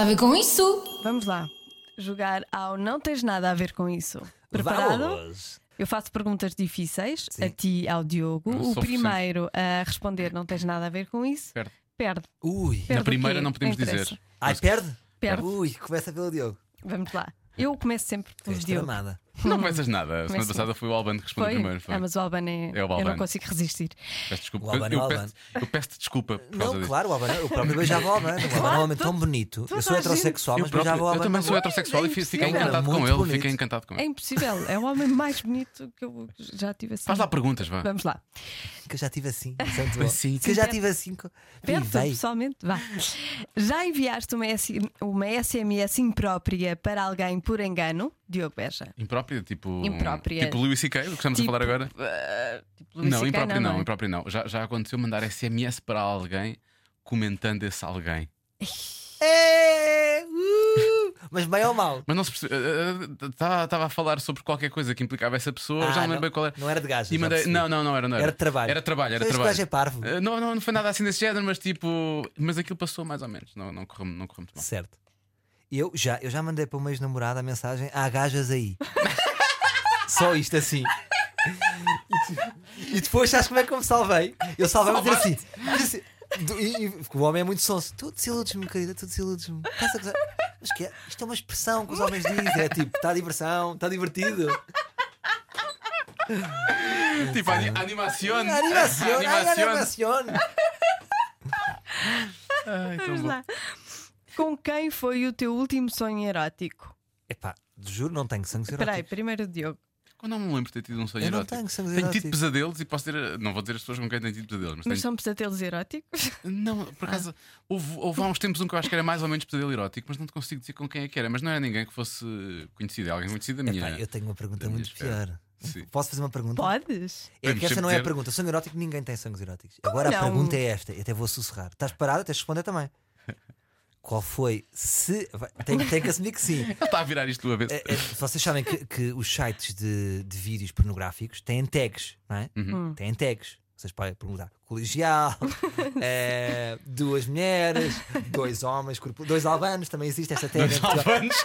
F: a ver com isso.
B: Vamos lá. Jogar ao Não Tens Nada a Ver com Isso. Preparado?
D: Vamos.
B: Eu faço perguntas difíceis a ti, ao Diogo.
A: Eu
B: O
A: sou
B: primeiro a responder Não Tens Nada a Ver com Isso
A: Perde.
B: perde.
D: Ui.
B: Perde
A: Na
B: o
A: primeira
B: quê?
A: não podemos
B: interessa.
A: dizer.
D: Ai, perde?
B: Perde.
D: Ui, começa pelo Diogo.
B: Vamos lá. Eu começo sempre pelo
D: És
B: Diogo.
D: tramada.
A: Não começas nada. A semana
B: Começo.
A: passada foi o Albano que respondeu
B: Hum. Foi?
A: primeiro. Foi.
B: Ah, mas o Albano é.
A: É o
B: Eu
A: Albano.
B: não consigo resistir.
A: Peço desculpa.
D: O Albano, é
A: eu,
D: o Albano.
A: peço, eu peço-te desculpa por causa
D: Não,
A: disso.
D: claro, o Albano. O próprio beijava o Albano. O Albano é um homem tão bonito. Eu sou
B: toda a gente-
D: heterossexual,
A: Eu,
D: mas é
A: próprio-
D: beijava o
A: eu
D: Albano.
A: também
D: na
A: sou heterossexual e fi- fiquei
D: impossível.
A: encantado
D: Muito
A: com ele.
D: bonito.
A: Fiquei encantado com
B: É
A: ele.
B: impossível. É o homem mais bonito que eu já tive assim.
A: Faz lá perguntas, vá.
B: Vamos lá.
D: Que eu já tive assim. Santo bom.
A: Assim.
D: Que eu já tive assim. co-
B: Perde
D: Vivei.
B: pessoalmente. Vá. Já enviaste uma, S uma SMS imprópria para alguém por engano? Diogo Beja.
A: Imprópria, tipo.
B: Imprópria.
A: Tipo Louis C.K., o que estamos
B: Tipo,
A: a falar agora.
B: eh, tipo Luís
A: Não,
B: C.K.,
A: impróprio
B: não,
A: não,
B: não é?
A: impróprio não. Já, já aconteceu mandar SMS para alguém comentando esse alguém.
D: É, uh, mas bem ou mal.
A: Mas não se eh, percebe. Estava tá, a falar sobre qualquer coisa que implicava essa pessoa,
D: Ah,
A: já não
D: não-
A: lembro bem qual era.
D: não era de gajas,
A: E
D: já
A: mandei-
D: percebi.
A: Não, não, não era, não era.
D: Era de trabalho.
A: Era de trabalho, era de
D: Este
A: trabalho.
D: gajo é parvo.
A: Eh, Não, não, não foi nada assim desse género, mas tipo. Mas aquilo passou mais ou menos. Não, não, correu, não correu muito mal.
D: Certo. Eu já, eu já mandei para uma ex-namorada a mensagem: há gajas aí. Só isto assim. E depois, sabes como é que eu me salvei? Eu salvei-me a dizer assim. dizer assim, do- E, e, porque o homem é muito sonso. Tu desiludes-me, querida, tu desiludes-me. Estás a gozar. Mas que é? Isto é uma expressão que os homens dizem. É tipo, está diversão, está divertido.
A: Tipo, ani- animação.
D: Animação, ai,
A: Animação.
D: animação.
A: Ai,
D: um
A: tão
B: Vamos
A: bom.
B: lá. Com quem foi o teu último sonho erótico?
D: Epá, juro, não tenho sangue
B: Espera aí,
D: erótico.
B: primeiro o Diogo.
A: Eu não me lembro de ter tido um sonho
D: Eu não
A: erótico.
D: tenho sonhos
A: tido
D: eróticos.
A: pesadelos e posso ter. eh, Não vou dizer as pessoas com quem tenho tido pesadelos, mas,
B: Mas
A: tenho.
B: são pesadelos eróticos?
A: Não, por acaso, houve, houve há uns tempos um que eu acho que era mais ou menos pesadelo erótico, mas não te consigo dizer com quem é que era. Mas não era ninguém que fosse conhecido, é alguém conhecido da minha.
D: Epá, eu tenho uma pergunta
A: da minha
D: muito
A: esfera.
D: pior.
A: Sim.
D: Posso fazer uma pergunta?
B: Podes?
D: É que
A: Podemos
D: esta não é a
A: sempre
D: pergunta. Sangue erótico, ninguém tem sangues eróticos. Agora
B: não?
D: a pergunta é esta, e até vou sussurrar. Estás parado? Tens de responder também. Qual foi? Se. vai- Tem, tem que assumir que sim.
A: Ele está a virar isto de uma vez.
D: É, é, vocês sabem que, que os sites de, de vídeos pornográficos têm tags, não é?
B: Hum.
D: Têm tags. Vocês podem perguntar colegial, eh, duas mulheres, dois homens, corpo- dois albanos, também existe esta tag. em Portugal.
A: Alvanos.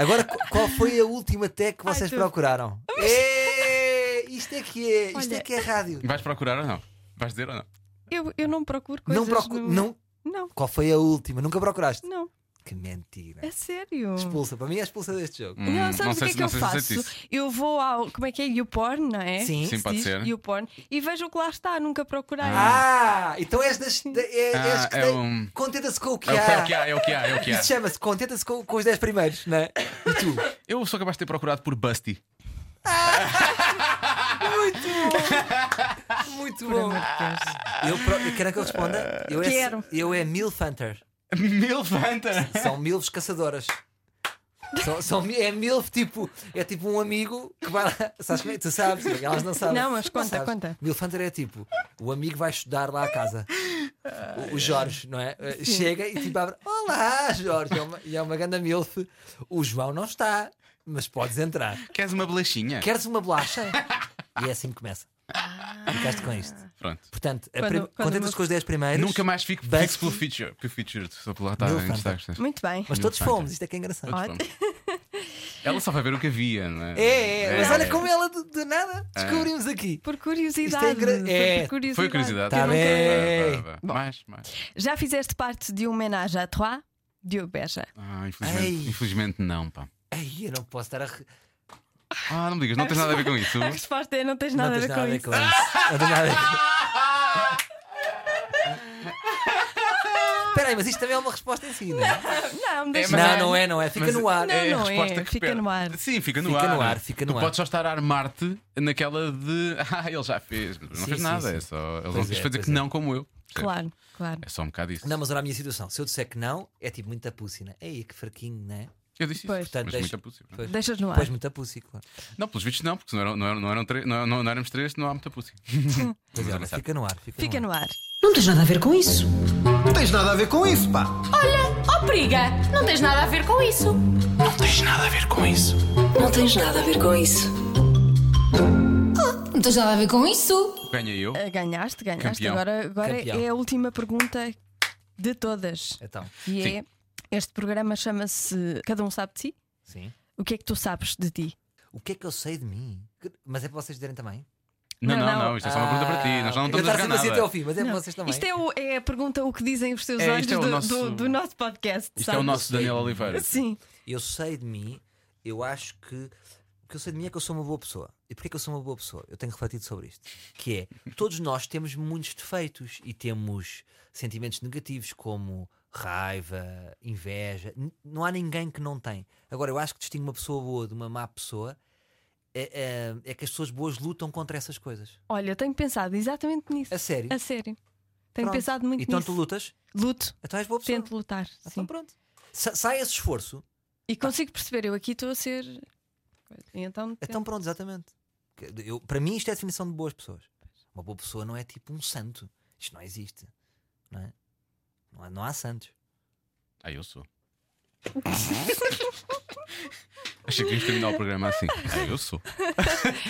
D: Agora, qu- qual foi a última tag que
B: Ai,
D: vocês
B: tu-
D: procuraram? Ê, isto é que é, isto é
B: Olha-
D: que é rádio.
A: Vais procurar ou não? Vais dizer ou não?
B: Eu, eu não procuro coisas.
D: Não procuro.
B: no-
D: Não.
B: Não,
D: Qual foi a última? Nunca procuraste?
B: não.
D: Que mentira.
B: É sério.
D: Expulsa. Para mim é expulsa deste jogo.
A: Hum,
B: Não, sabes o que é
A: se-
B: que eu
A: sei se
B: faço?
A: sentiste.
B: Eu vou ao. Como é que é? YouPorn, não é?
D: Sim.
A: Sim, pode ser.
B: E o porn e vejo o que lá está, nunca procurei.
D: Ah, então és das. da- É,
A: Ah,
D: és que
A: é
D: tem-
A: um-
D: Contenta-se com o que
A: É o que- é o
D: há.
A: que há, é o que há, é o que há.
D: Isso chama-se contenta-se com, com os 10 primeiros, não é? E tu?
A: Eu sou capaz de ter procurado por Busty.
D: Muito
B: Por
D: bom. Ah.
B: amor de Deus.
D: Eu, pro- querem que eu responda? Eu
B: Quero.
D: É, eu é Milf Hunter.
A: Milf Hunter!
D: São milves caçadoras. São, são, é milf tipo. É tipo um amigo que vai lá. Sabes como é? Tu sabes, elas não sabem.
B: Não, mas conta,
D: sabes.
B: conta.
D: Milf Hunter é tipo. O amigo vai estudar lá à casa. O, o Jorge, não é? Eh, Chega e tipo abre. Olá, Jorge. E é uma, e é uma grande milf. O João não está, mas podes entrar.
A: Queres uma bolachinha?
D: Queres uma bolacha? E é assim que começa. Ficaste com isto.
A: Prontes.
D: Portanto, a
B: Quando-
D: prim-
B: quando
D: contentas
B: o
D: com os 10 primeiros.
A: Nunca mais fico,
D: Busty.
A: fico pelo feature. Pelo feature, só por lá está
D: Milf
A: em destaque.
B: Muito bem.
D: Mas todos
A: Milf Hunter.
D: fomos, isto é que é engraçado.
A: Todos fomos. Ela só vai ver o que havia, não é?
D: É, é, mas olha
A: é.
D: como ela de, de nada descobrimos aqui.
B: Por curiosidade.
D: Isto é engra-
B: foi
D: é.
B: por curiosidade.
A: Foi curiosidade. Vá,
D: Tá bem.
A: vá, vá, vá. Mais, mais.
B: Já fizeste parte de um homenagem à Trois? Diogo Beja.
A: Ah, infelizmente,
D: Ei.
A: infelizmente não, pá.
D: Ai, eu não posso estar a. re-
A: Ah, não me digas, não tens nada a ver com isso.
B: A resposta é: não tens
D: Não
B: nada,
D: tens nada a ver
B: com
D: com isso. Não tens nada a ver. Espera aí, mas isto também é uma resposta em si, não é?
B: isso. Não, me
A: É,
B: deixa
A: mas-
B: estar.
D: Não, não é, não é. Fica
A: Mas
D: no ar.
B: Não,
A: a
B: não é.
A: resposta que
B: Fica
A: perde.
B: no ar.
A: Sim, fica no
D: Fica
A: ar.
D: no ar, fica no
A: tu
D: ar.
A: podes só estar a armar-te naquela de. Ah, ele já fez. Mas não
D: Sim,
A: fez
D: sim,
A: nada.
D: sim.
A: É só. Ele não
D: Pois
A: quis
D: é,
A: fazer
D: pois
A: que
D: é.
A: não, como eu. Percebes?
B: Claro, claro.
A: É só um bocado isso.
D: Não, mas olha a minha situação. Se eu disser que não, é tipo muita pussy, né? Ei, que fraquinho, né?
A: Eu disse isso.
B: Pois.
A: Mas
D: Portanto,
A: muito
D: deixa-
A: é possível. não é?
D: Pois,
B: Deixas no ar.
D: pois muita pussy, claro.
A: Não, pelos vistos não, porque se não, eram, não, eram, não, eram três, não, não, não éramos três, não há muita pussy.
D: Pois é, olha,
A: avançar.
D: fica no ar. Fica,
B: Fica
D: no ar.
B: no ar.
C: Não tens nada a ver com isso.
E: Não tens nada a ver com isso, pá.
F: Olha, ó briga, não tens nada a ver com isso.
C: Não tens nada a ver com isso.
F: Ah, Não tens nada a ver com isso.
A: Ganhei eu.
D: Eh,
B: Ah, Ganhaste, ganhaste.
A: Campeão.
B: Agora, agora
D: Campeão.
B: é a última pergunta de todas.
D: Então,
B: E é: este programa chama-se Cada Um Sabe de Si?
D: sim.
B: O que é que tu sabes de ti?
D: O que é que eu sei de mim? Que- Mas é para vocês dizerem também.
A: Não, não,
B: Não,
A: não,
B: não.
A: isto é só uma pergunta para ti. Nós já não
D: eu
A: estamos a
D: estar
A: jogar
D: sempre assim
A: nada.
D: até ao fim, mas é para vocês também.
B: Isto é, o- é a pergunta: o que dizem os teus
A: É,
B: olhos
A: isto é o
B: do,
A: nosso-
B: do- do nosso podcast?
A: Isto é
B: sabes?
A: o nosso Daniel Oliveira.
B: Sim.
D: eu sei de mim, eu acho que o que eu sei de mim é que eu sou uma boa pessoa. E porquê que eu sou uma boa pessoa? Eu tenho refletido sobre isto. Que é, todos nós temos muitos defeitos e temos sentimentos negativos como raiva, inveja. N- Não há ninguém que não tem. Agora, eu acho que distingue uma pessoa boa de uma má pessoa é, é- é que as pessoas boas lutam contra essas coisas.
B: Olha, eu tenho pensado exatamente nisso.
D: A sério.
B: A sério. Tenho
D: Pronto.
B: pensado É muito
D: Então
B: nisso.
D: tu lutas?
B: Luto.
D: Então és boa pessoa.
B: Tento lutar.
D: Então
B: sim.
D: pronto. Sa- sai esse esforço
B: E consigo perceber, eu aqui estou a ser. E Então,
D: Então pronto, exatamente. Que- eu- para mim isto é a definição de boas pessoas. Uma boa pessoa não é tipo um santo. Isto não existe. Não, é? não, há, não há santos.
A: Ah, eu sou. Achei que íamos terminar o programa assim. Ah, eu sou.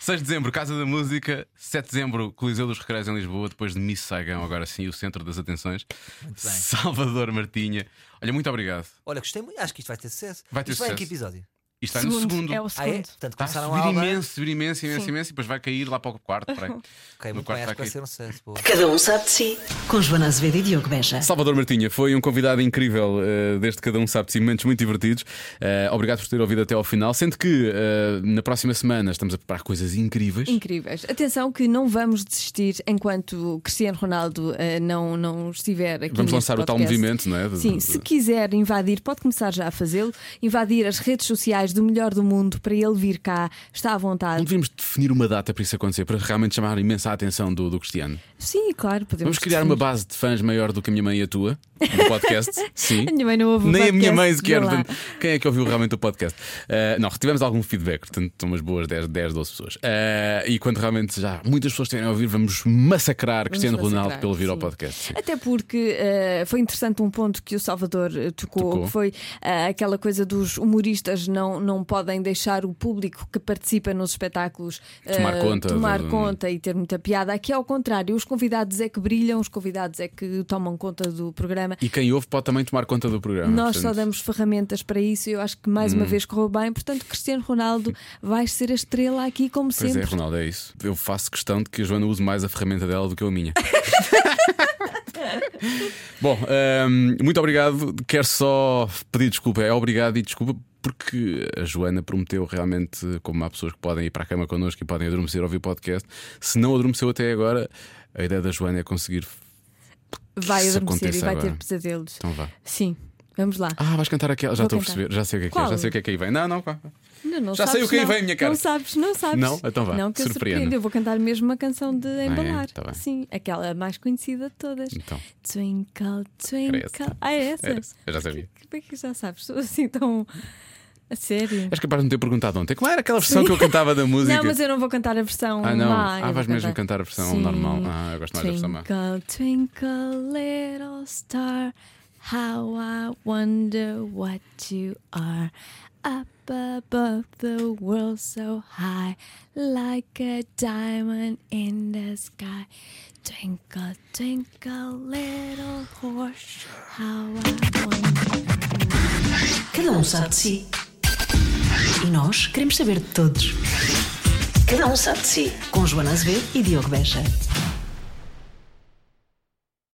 A: 6 de dezembro, Casa da Música. 7 de dezembro, Coliseu dos Recreios em Lisboa. Depois de Miss Saigão, agora sim, o centro das atenções.
D: bem.
A: Salvador Martinha. Olha, muito obrigado.
D: Olha, gostei muito. Acho que isto vai ter sucesso.
A: Vai ter
D: isto vai em que
A: sucesso.
D: episódio?
A: E está no então, segundo.
G: É o
D: Ah, é?
G: segundo.
D: Portanto,
A: Está a
D: começaram
A: subir
D: a aula.
A: imenso, subir imenso, imenso, imenso. E depois vai cair lá para o quarto. peraí.
D: Ok,
A: No
D: muito
A: quarto
D: bem,
A: vai
D: acho que vai
A: cair.
D: ser um sucesso. Boa.
C: Cada um sabe de si. Com Joana Azevedo e Diogo Beja.
A: Salvador Martinha foi um convidado incrível eh, desde Cada Um Sabe de Si, momentos muito divertidos. Eh, obrigado por ter ouvido até ao final. Sendo que eh, na próxima semana estamos a preparar coisas incríveis.
B: Incríveis. Atenção que não vamos desistir enquanto Cristiano Ronaldo eh, não, não estiver aqui.
A: Vamos
B: neste
A: lançar o tal
B: podcast.
A: movimento, não é? De-
B: Sim,
A: de-
B: se quiser invadir, pode começar já a fazê-lo. Invadir as redes sociais do melhor do mundo para ele vir cá, está à
A: Não
B: vontade.
A: devíamos definir uma data para isso acontecer, para realmente chamar imensa a atenção do, do Cristiano.
B: Sim, claro, podemos.
A: Vamos criar uma
B: definir.
A: base de fãs maior do que a minha mãe e a tua, do podcast. Sim.
B: A minha mãe não ouve o
A: Nem a minha
B: podcast,
A: mãe
B: vê
A: sequer.
B: lá.
A: portanto, Quem é que ouviu realmente o podcast? Ah, não, retivemos algum feedback, portanto, são umas boas 10, 10 12 pessoas. Ah, e quando realmente já muitas pessoas estiverem a ouvir, vamos massacrar Cristiano
B: massacrar,
A: Ronaldo pelo vir ao
B: sim.
A: podcast. Sim.
B: Até porque eh, foi interessante um ponto que o Salvador eh, tocou,
A: Tocou.
B: que foi eh, aquela coisa dos humoristas não, não podem deixar o público que participa nos espetáculos eh,
A: Tomar conta
B: tomar
A: do-
B: conta e ter muita piada. Aqui ao contrário, os convidados é que brilham, os convidados é que tomam conta do programa.
A: E quem ouve pode também tomar conta do programa.
B: Nós só
A: Ah, portanto. Hum.
B: damos ferramentas para isso e eu acho que mais uma vez correu bem. Portanto, Cristiano Ronaldo vai ser a estrela aqui, como
A: Pois é,
B: sempre.
A: Ronaldo, é isso. Eu faço questão de que a Joana use mais a ferramenta dela do que eu a minha. Bom, hum, muito obrigado. Quero só pedir desculpa. É obrigado e desculpa porque a Joana prometeu realmente, como há pessoas que podem ir para a cama connosco e podem adormecer ao ouvir podcast, se não adormeceu até agora, a ideia da Joana é conseguir.
B: vai
A: isso
B: adormecer e
A: aconteça
B: vai
A: agora.
B: ter pesadelos.
A: Então vá.
B: Sim, vamos lá.
A: Ah, vais cantar aquela. Já
B: Vou
A: estou a
B: cantar.
A: perceber. Já sei o que é que é.
B: Qual?
A: Já sei o que é que aí vem. Não, não. pá.
B: Não, não
A: Já sei
B: sabes,
A: o que aí
B: não.
A: vem, minha cara.
B: Não sabes, não sabes.
A: Não? Então vá,
B: Não, que eu
A: surpreenda.
B: surpreendo. Eu vou cantar mesmo uma canção de embalar.
A: tá bem.
B: Sim, aquela mais conhecida de todas.
A: Então.
B: Twinkle,
A: Era
B: twinkle.
A: essa.
B: Ah, é essa?
A: Era essa. Eu já sabia.
B: Como é que já sabes? Sou assim tão. A sério?
A: És capaz de me ter perguntado ontem. Qual era aquela versão que eu cantava da música?
B: Não, mas eu não vou cantar a versão
A: Ah, não.
B: má.
A: Ah,
B: eu vou
A: vais mesmo cantar a versão
B: Sim.
A: normal. Ah, eu gosto mais da versão má.
B: Twinkle, twinkle, little star, how I wonder what you are. Up above the world so high, like a diamond in the sky. Twinkle, twinkle, little horse, how I wonder.
C: Cada um sabe de si. E nós queremos saber de todos. Cada um sabe de si. Com Joana Azevedo e Diogo Beja.